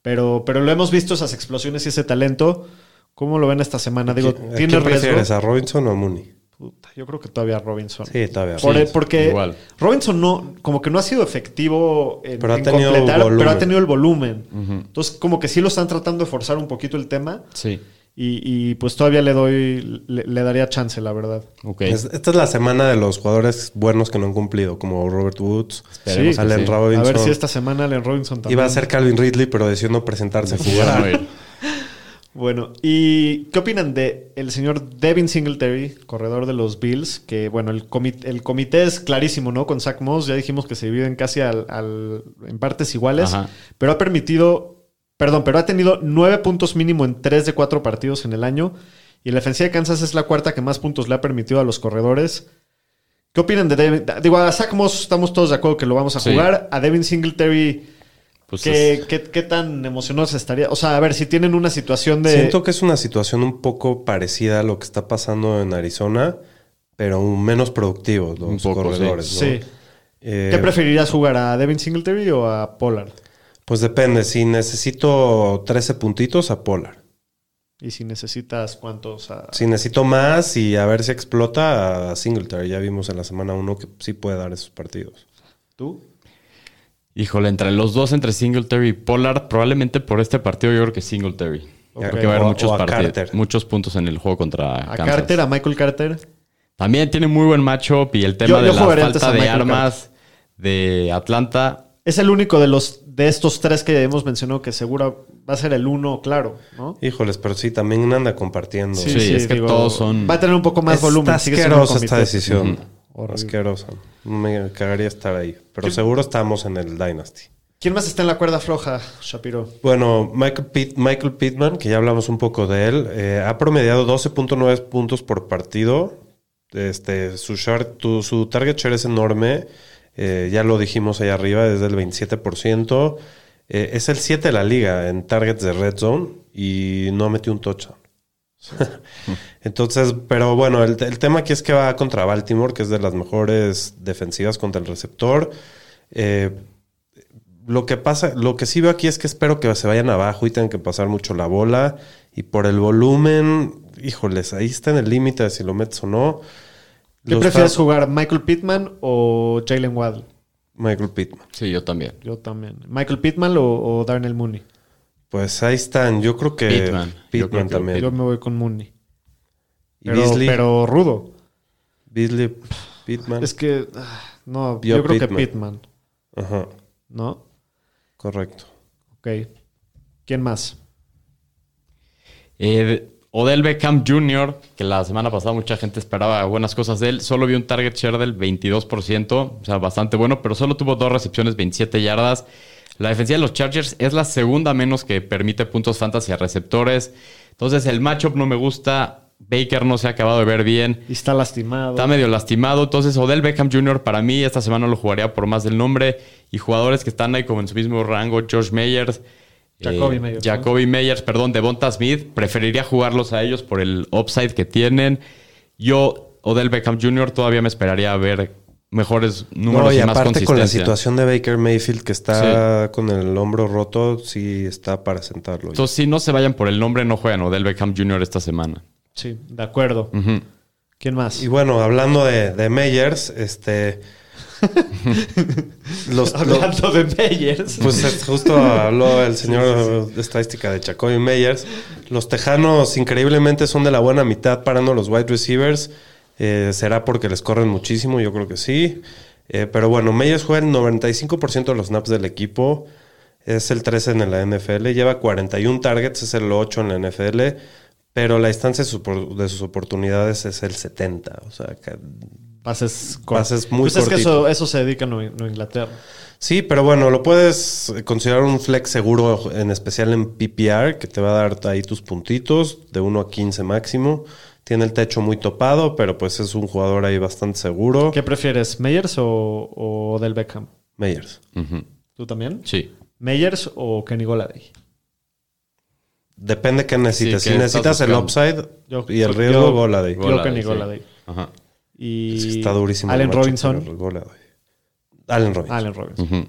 pero, pero lo hemos visto esas explosiones y ese talento. ¿Cómo lo ven esta semana? Digo, ¿A quién tiene riesgo. prefieres, a Robinson o a Mooney? Puta, yo creo que todavía Robinson. Sí, todavía. Por- Sí, porque igual. Robinson no, como que no ha sido efectivo en, Pero ha en tenido completar, volumen. pero ha tenido el volumen. Entonces, como que sí lo están tratando de forzar un poquito el tema. Sí. Y, y, pues todavía le doy, le, le daría chance, la verdad. Ok. Es- esta es la semana de los jugadores buenos que no han cumplido, como Robert Woods, Esperemos Sí. que Allen sí. Robinson. A ver si esta semana Allen Robinson también. Iba a ser Calvin Ridley, pero decidió no presentarse a Ya no jugar. ir. Bueno, ¿y qué opinan de el señor Devin Singletary, corredor de los Bills? Que bueno, el, comi- el comité es clarísimo, ¿no? Con Zach Moss ya dijimos que se dividen casi al, al- en partes iguales, Ajá. pero ha permitido, perdón, pero ha tenido nueve puntos mínimo en tres de cuatro partidos en el año. Y la defensiva de Kansas es la cuarta que más puntos le ha permitido a los corredores. ¿Qué opinan de Devin? Digo, a Zach Moss estamos todos de acuerdo que lo vamos a Sí. jugar. A Devin Singletary, Pues ¿qué, es- qué- qué tan emocionados estaría? O sea, a ver, si tienen una situación de... Siento que es una situación un poco parecida a lo que está pasando en Arizona, pero menos productivos los Un poco, corredores. sí. ¿no? Sí. Eh, ¿Qué preferirías jugar? ¿A Devin Singletary o a Pollard? Pues depende, si necesito 13 puntitos a Polar. Y si necesitas cuántos a... Si necesito más y a ver si explota a Singletary. Ya vimos en la semana 1 que sí puede dar esos partidos. ¿Tú? Híjole, entre los dos, entre Singletary y Pollard, probablemente por este partido yo creo que Singletary. Ok. Creo que va a O- haber muchos, o a partidos- Carter. muchos puntos en el juego contra ¿A Kansas. Carter? ¿A Michael Carter? También tiene muy buen matchup y el Yo- tema yo de la jugaría antes falta a de Michael armas de Atlanta. Es el único de los de estos tres que hemos mencionado que seguro va a ser el uno, claro, ¿no? Híjoles, pero sí, también anda compartiendo. Sí, es que todos son- Va a tener un poco más Está volumen. sigue siendo asquerosa un esta comité. decisión. Horrible. Asquerosa. Me cagaría estar ahí. Pero seguro estamos en el Dynasty. ¿Quién más está en la cuerda floja, Shapiro? Bueno, Michael, Pitt- Michael Pittman, que ya hablamos un poco de él, eh, ha promediado 12.9 puntos por partido. Este, su, shar- tu- su target share es enorme. Eh, ya lo dijimos ahí arriba, es del 27%. Eh, es el 7 de la liga en targets de red zone y no metió un touchdown. O Entonces, pero bueno, el, el tema aquí es que va contra Baltimore, que es de las mejores defensivas contra el receptor. Eh, lo que pasa, lo que sí veo aquí es que espero que se vayan abajo y tengan que pasar mucho la bola. Y por el volumen, híjoles, ahí está en el límite de si lo metes o no. ¿Qué Los prefieres Falcons- jugar, Michael Pittman o Jalen Waddle? Michael Pittman. Sí, yo también. Yo también. ¿Michael Pittman o, o Darnell Mooney? Pues ahí están. Yo creo que Pittman. Pittman, Yo creo que también. Yo me voy con Mooney. Eh, y Pero, Beasley, pero rudo. Beasley, pff, Pittman. Es que, ah, no, Yo yo, creo Pittman. que Pittman, Ajá, ¿no? correcto. Ok. ¿Quién más? Eh, Odell Beckham Jr., que la semana pasada mucha gente esperaba buenas cosas de él, solo vio un target share del 22%, o sea, bastante bueno, pero solo tuvo dos recepciones, 27 yardas. La defensiva de los Chargers es la segunda menos que permite puntos fantasy a receptores. Entonces, el matchup no me gusta. Baker no se ha acabado de ver bien. Y está lastimado. Está medio lastimado. Entonces, Odell Beckham Jr. para mí esta semana lo jugaría por más del nombre. Y jugadores que están ahí como en su mismo rango, Josh Meyers. eh, Jacoby Meyers, ¿no? Jacoby Meyers, perdón, Devonta Smith. Preferiría jugarlos a ellos por el upside que tienen. Yo, Odell Beckham Jr., todavía me esperaría a ver mejores números No, y y, más aparte consistencia. con la situación de Baker Mayfield que está con el hombro roto, sí está para sentarlo. Entonces, si no se vayan por el nombre, no juegan Odell Beckham Jr. esta semana. Sí, de acuerdo. Ujú. ¿Quién más? Y bueno, hablando de, de Meyers, este. los, los- Hablando de Meyers. pues es- justo habló el señor de estadística de Jacoby Meyers. Los tejanos, increíblemente, son de la buena mitad parando los wide receivers. Eh, ¿Será porque les corren muchísimo? Yo creo que sí. Eh, pero bueno, Meyers juega el 95% de los snaps del equipo. Es el 13 en la NFL. Lleva 41 targets, es el 8 en la NFL. Pero la distancia de, su por- de sus oportunidades es el 70. O sea, ca- Pases cortos. Pases muy Pues es que cortitos. eso, eso se dedica a Nueva Nueva Inglaterra. Sí, pero bueno, lo puedes considerar un flex seguro, en especial en PPR, que te va a dar ahí tus puntitos, de 1 a 15 máximo. Tiene el techo muy topado, pero pues es un jugador ahí bastante seguro. ¿Qué prefieres, Meyers o, o Del Beckham? Meyers. Ujú. ¿Tú también? Sí. ¿Meyers o Kenny Goladay? Depende qué necesitas. Sí, si ¿qué necesitas estás el buscando? upside Yo- y el yo- riesgo, bola de ahí. Yo Kenny Golladay, sí. Goladay. Ajá. Y Es que está durísimo. el Allen macho, Robinson. pero el bola de ahí. Allen Robinson. Allen Robinson. Ujú.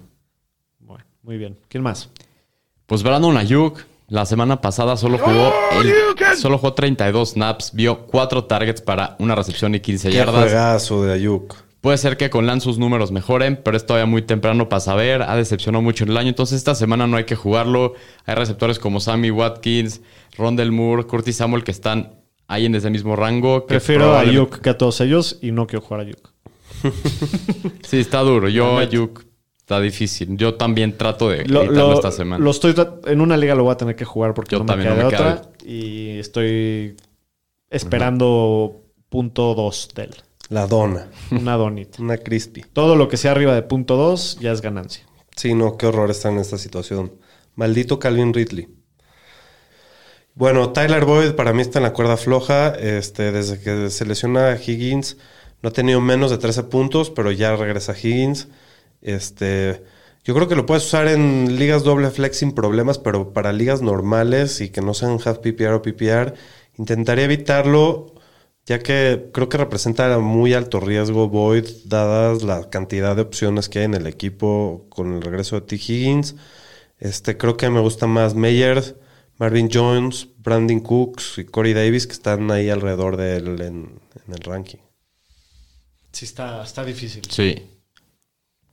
Bueno, muy bien. ¿Quién más? Pues Brandon Ayuk, la semana pasada solo jugó, el- solo jugó 32 snaps, vio 4 targets para una recepción y 15 Qué yardas. juegazo de Ayuk. Puede ser que con Lance sus números mejoren, pero es todavía muy temprano para saber. Ha decepcionado mucho en el año, entonces esta semana no hay que jugarlo. Hay receptores como Sammy Watkins, Rondell Moore, Curtis Samuel que están ahí en ese mismo rango. que Prefiero a probablemente- Ayuk que a todos ellos y no quiero jugar a Ayuk. Sí, está duro. Yo, Ayuk, está difícil. Yo también trato de Lo, evitarlo lo- esta semana. lo estoy tra- en una liga lo voy a tener que jugar porque Yo no me también queda de no me queda otra y estoy esperando punto 2 de él, La dona. una donita. Una crispy. Todo lo que sea arriba de punto 2 ya es ganancia. Sí, no, qué horror está en esta situación. Maldito Calvin Ridley. Bueno, Tyler Boyd para mí está en la cuerda floja. Este, desde que se lesiona a Higgins, no ha tenido menos de 13 puntos, pero ya regresa Higgins. Este, yo creo que lo puedes usar en ligas doble flex sin problemas, pero para ligas normales y que no sean half PPR o PPR, intentaría evitarlo, ya que creo que representa muy alto riesgo Boyd, dadas la cantidad de opciones que hay en el equipo con el regreso de T. Higgins. Este, creo que me gusta más Meyers, Marvin Jones, Brandon Cooks y Corey Davis, que están ahí alrededor de él en, en el ranking. Sí, está, está difícil. Sí.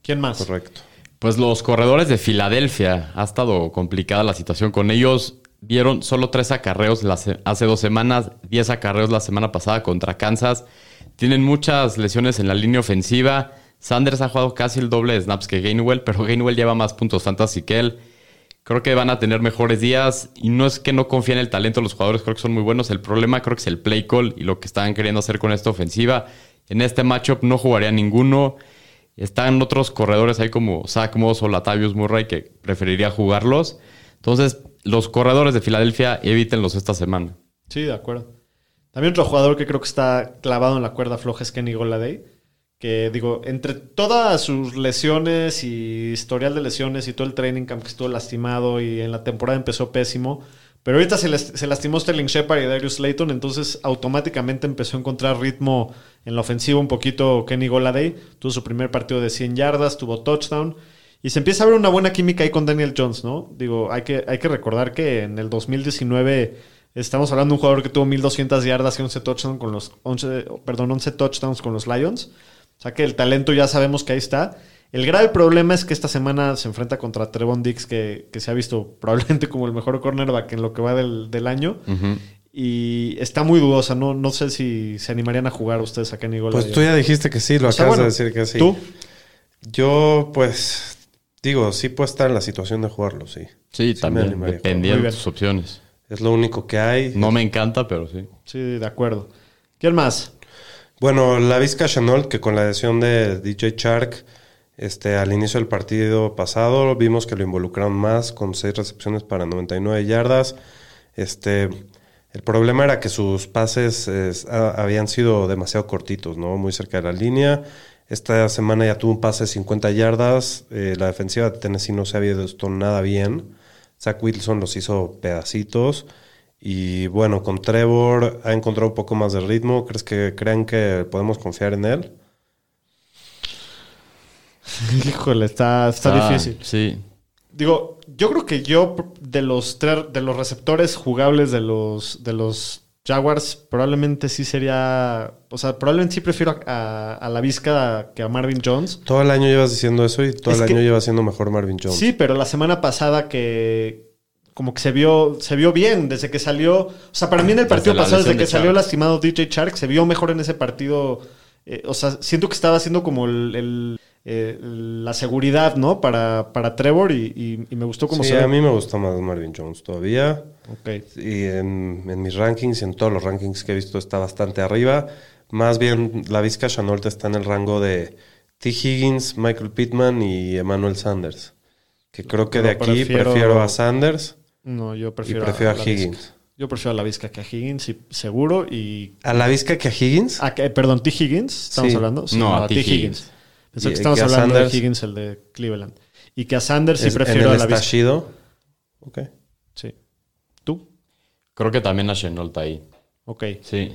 ¿Quién más? Correcto. Pues los corredores de Filadelfia. Ha estado complicada la situación con ellos. Dieron solo tres acarreos la se- hace dos semanas, diez acarreos la semana pasada contra Kansas. Tienen muchas lesiones en la línea ofensiva. Sanders ha jugado casi el doble de snaps que Gainwell, pero Gainwell lleva más puntos fantasy que él. Creo que van a tener mejores días y no es que no confíen en el talento de los jugadores, creo que son muy buenos. El problema creo que es el play call y lo que están queriendo hacer con esta ofensiva. En este matchup no jugaría ninguno. Están otros corredores ahí como Zach Moss o Latavius Murray que preferiría jugarlos. Entonces, los corredores de Filadelfia, evítenlos esta semana. Sí, de acuerdo. También otro jugador que creo que está clavado en la cuerda floja es Kenny Goladay. Que digo, entre todas sus lesiones y historial de lesiones y todo el training camp que estuvo lastimado y en la temporada empezó pésimo, Pero ahorita se, las- se lastimó Sterling Shepard y Darius Slayton, entonces automáticamente empezó a encontrar ritmo en la ofensiva un poquito Kenny Goladay. Tuvo su primer partido de 100 yardas, tuvo touchdown. Y se empieza a ver una buena química ahí con Daniel Jones, ¿no? Digo, hay que, hay que recordar que en el 2019 estamos hablando de un jugador que tuvo 1200 yardas y 11 touchdowns con los 11, perdón, 11 touchdowns con los Lions. O sea que el talento ya sabemos que ahí está. El grave problema es que esta semana se enfrenta contra Trevon Dix, que, que se ha visto probablemente como el mejor cornerback en lo que va del, del año. Y está muy dudosa. No, no sé si se animarían a jugar ustedes a Kenny Golladay. Pues tú ya dijiste que sí, lo O sea, acabas bueno, de decir que sí. ¿Tú? Yo, pues, digo, sí puedo estar en la situación de jugarlo, sí. me Sí, también. animaría a jugar. Dependiendo Muy de bien. tus opciones. Es lo único que hay. No me encanta, pero sí. Sí, de acuerdo. ¿Quién más? Bueno, la Vizca Chanol, que con la adhesión de DJ Shark, este, al inicio del partido pasado, vimos que lo involucraron más con seis recepciones para 99 yardas. Este, el problema era que sus pases es, a- habían sido demasiado cortitos, ¿no? Muy cerca de la línea. Esta semana ya tuvo un pase de 50 yardas. Eh, la defensiva de Tennessee no se había visto nada bien. Zach Wilson los hizo pedacitos. Y bueno, con Trevor ha encontrado un poco más de ritmo. ¿Crees que crean que podemos confiar en él? Híjole, está, está Ah, difícil. Sí. Digo, yo creo que yo de los tres, de los receptores jugables de los de los Jaguars, probablemente sí sería. O sea, probablemente sí prefiero a, a- a la Vizca que a Marvin Jones. Todo el año llevas diciendo eso y todo Es el que- año llevas siendo mejor Marvin Jones. Sí, pero la semana pasada que como que se vio, se vio bien desde que salió. O sea, para mí en el Desde partido la pasado, desde lesión que de salió Chark. lastimado DJ Shark, se vio mejor en ese partido. Eh, o sea, siento que estaba haciendo como el- el, eh, la seguridad, ¿no? Para, para Trevor y, y- y me gustó como Sí, se ve. a mí me gusta más Marvin Jones todavía. Ok. Y en, en mis rankings y en todos los rankings que he visto está bastante arriba. Más bien, la Vizca Chanolta está en el rango de T. Higgins, Michael Pittman y Emmanuel Sanders. Que creo que Yo de aquí prefiero- prefiero, a Sanders No, yo prefiero, y prefiero a, la Vizca. Higgins. Yo prefiero a la Vizca que a Higgins, sí, seguro. Y. ¿A la Vizca que a Higgins? a que- perdón, T. Higgins, ¿estamos Sí. hablando? No, a T. Higgins. Pensé que Y que estamos a hablando Sanders- de Higgins, el de Cleveland. Y que a Sanders sí Es- en prefiero él a la está Vizca. Shido. Ok. Sí. ¿Tú? Creo que también a Chenault ahí. Ok. Sí.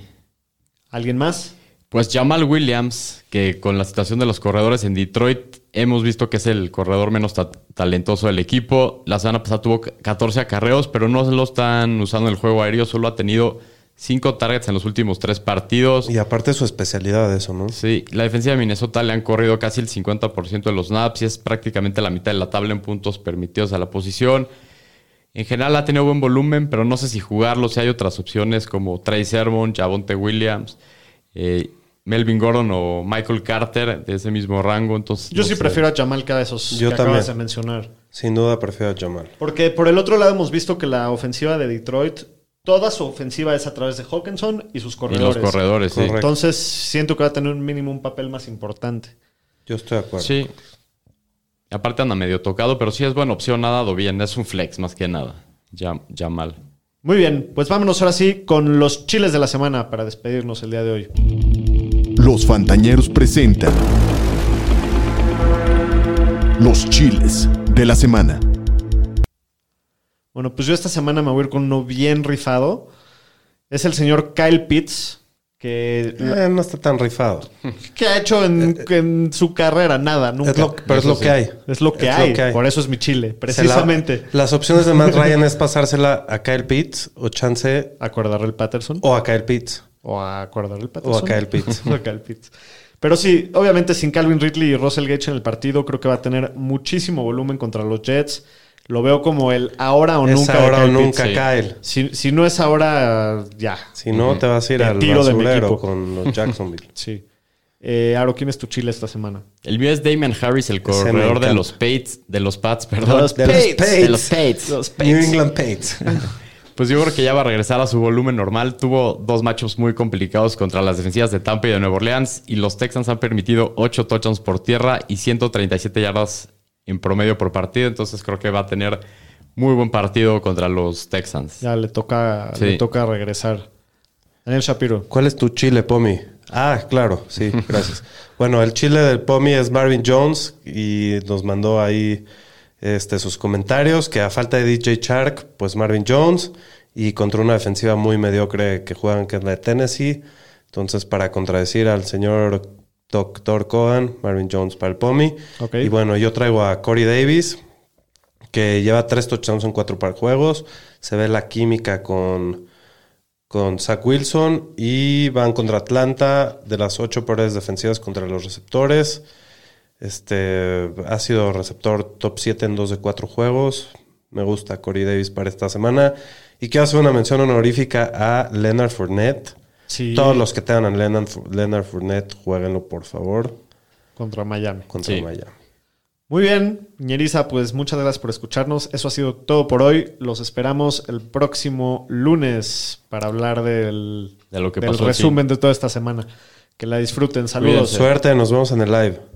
¿Alguien más? Pues Jamal Williams, que con la situación de los corredores en Detroit, hemos visto que es el corredor menos ta- talentoso del equipo. La semana pasada tuvo c- 14 acarreos, pero no lo están usando en el juego aéreo. Solo ha tenido 5 targets en los últimos 3 partidos. Y aparte su especialidad eso, ¿no? Sí, la defensa de Minnesota le han corrido casi el 50% de los snaps y es prácticamente la mitad de la tabla en puntos permitidos a la posición. En general ha tenido buen volumen, pero no sé si jugarlo, si hay otras opciones como Trey Sermon, Javonte Williams, eh, Melvin Gordon o Michael Carter de ese mismo rango. Entonces, Yo no sí sé. prefiero a Jamal que a esos Yo que también. acabas de mencionar. Sin duda prefiero a Jamal. Porque por el otro lado hemos visto que la ofensiva de Detroit, toda su ofensiva es a través de Hawkinson y sus Y corredores. los corredores, sí. Correcto. Entonces siento que va a tener un mínimo un papel más importante. Yo estoy de acuerdo. Sí. Aparte anda medio tocado, pero sí es buena opción, ha dado bien. Es un flex más que nada. Ya, Jamal. Muy bien, pues vámonos ahora sí con los chiles de la semana para despedirnos el día de hoy. Los Fantañeros presentan Los chiles de la semana. Bueno, pues yo esta semana me voy a ir con uno bien rifado. Es el señor Kyle Pitts, que, Eh, no está tan rifado. que ha hecho en, en su carrera nada, nunca. Eh, Es lo- pero es Eso lo sí. que hay. Es lo que, hay. por eso es mi chile, Se la- precisamente. las opciones de Matt Ryan es pasársela a Kyle Pitts o chance A Cordarrelle Patterson o a Kyle Pitts. o a Cordarrelle Patterson. O a Kyle Pitts. O a Kyle Pitts. Pero sí, obviamente sin Calvin Ridley y Russell Gage en el partido, creo que va a tener muchísimo volumen contra los Jets. Lo veo como el ahora o es nunca. de ahora o Kyle Pitts. nunca sí. Kyle. Si, si no es ahora, ya. Si no, te vas a ir Te al tiro de mi basurero equipo. con los Jacksonville. Sí. Eh, Aro, ¿quién es tu chile esta semana? El mío es Damian Harris, el me corredor encanta. de los Pates, de los Pats, perdón. los De los Pats. Pats. De los Pats. New England Pates. Pues yo creo que ya va a regresar a su volumen normal. Tuvo dos matchups muy complicados contra las defensivas de Tampa y de Nueva Orleans. Y los Texans han permitido 8 touchdowns por tierra y 137 yardas en promedio por partido. Entonces creo que va a tener muy buen partido contra los Texans. Ya le toca, Sí. le toca regresar. Daniel Shapiro. ¿Cuál es tu chile, Pomi? Ah, claro, sí, gracias. bueno, el chile del Pomi es Marvin Jones y nos mandó ahí este, sus comentarios que a falta de DJ Shark, pues Marvin Jones y contra una defensiva muy mediocre que juegan, que es la de Tennessee. Entonces, para contradecir al señor Dr. Cohen, Marvin Jones para el Pomi. Ok. Y bueno, yo traigo a Corey Davis, que lleva tres touchdowns en cuatro par juegos. Se ve la química con, con Zach Wilson y van contra Atlanta de las ocho peores defensivas contra los receptores. Este ha sido receptor top 7 en dos de cuatro juegos. Me gusta Corey Davis para esta semana. Y que hace una mención honorífica a Leonard Fournette. Sí, Todos los que tengan a Leonard, Fu- Leonard Fournette, jueguenlo por favor contra Miami. contra Sí. Miami. Muy bien, Ñeriza, pues muchas gracias por escucharnos. Eso ha sido todo por hoy. Los esperamos el próximo lunes para hablar del, De lo que del pasó, sí. resumen de toda esta semana. Que la disfruten. Saludos. Cuídense. Suerte, nos vemos en el live.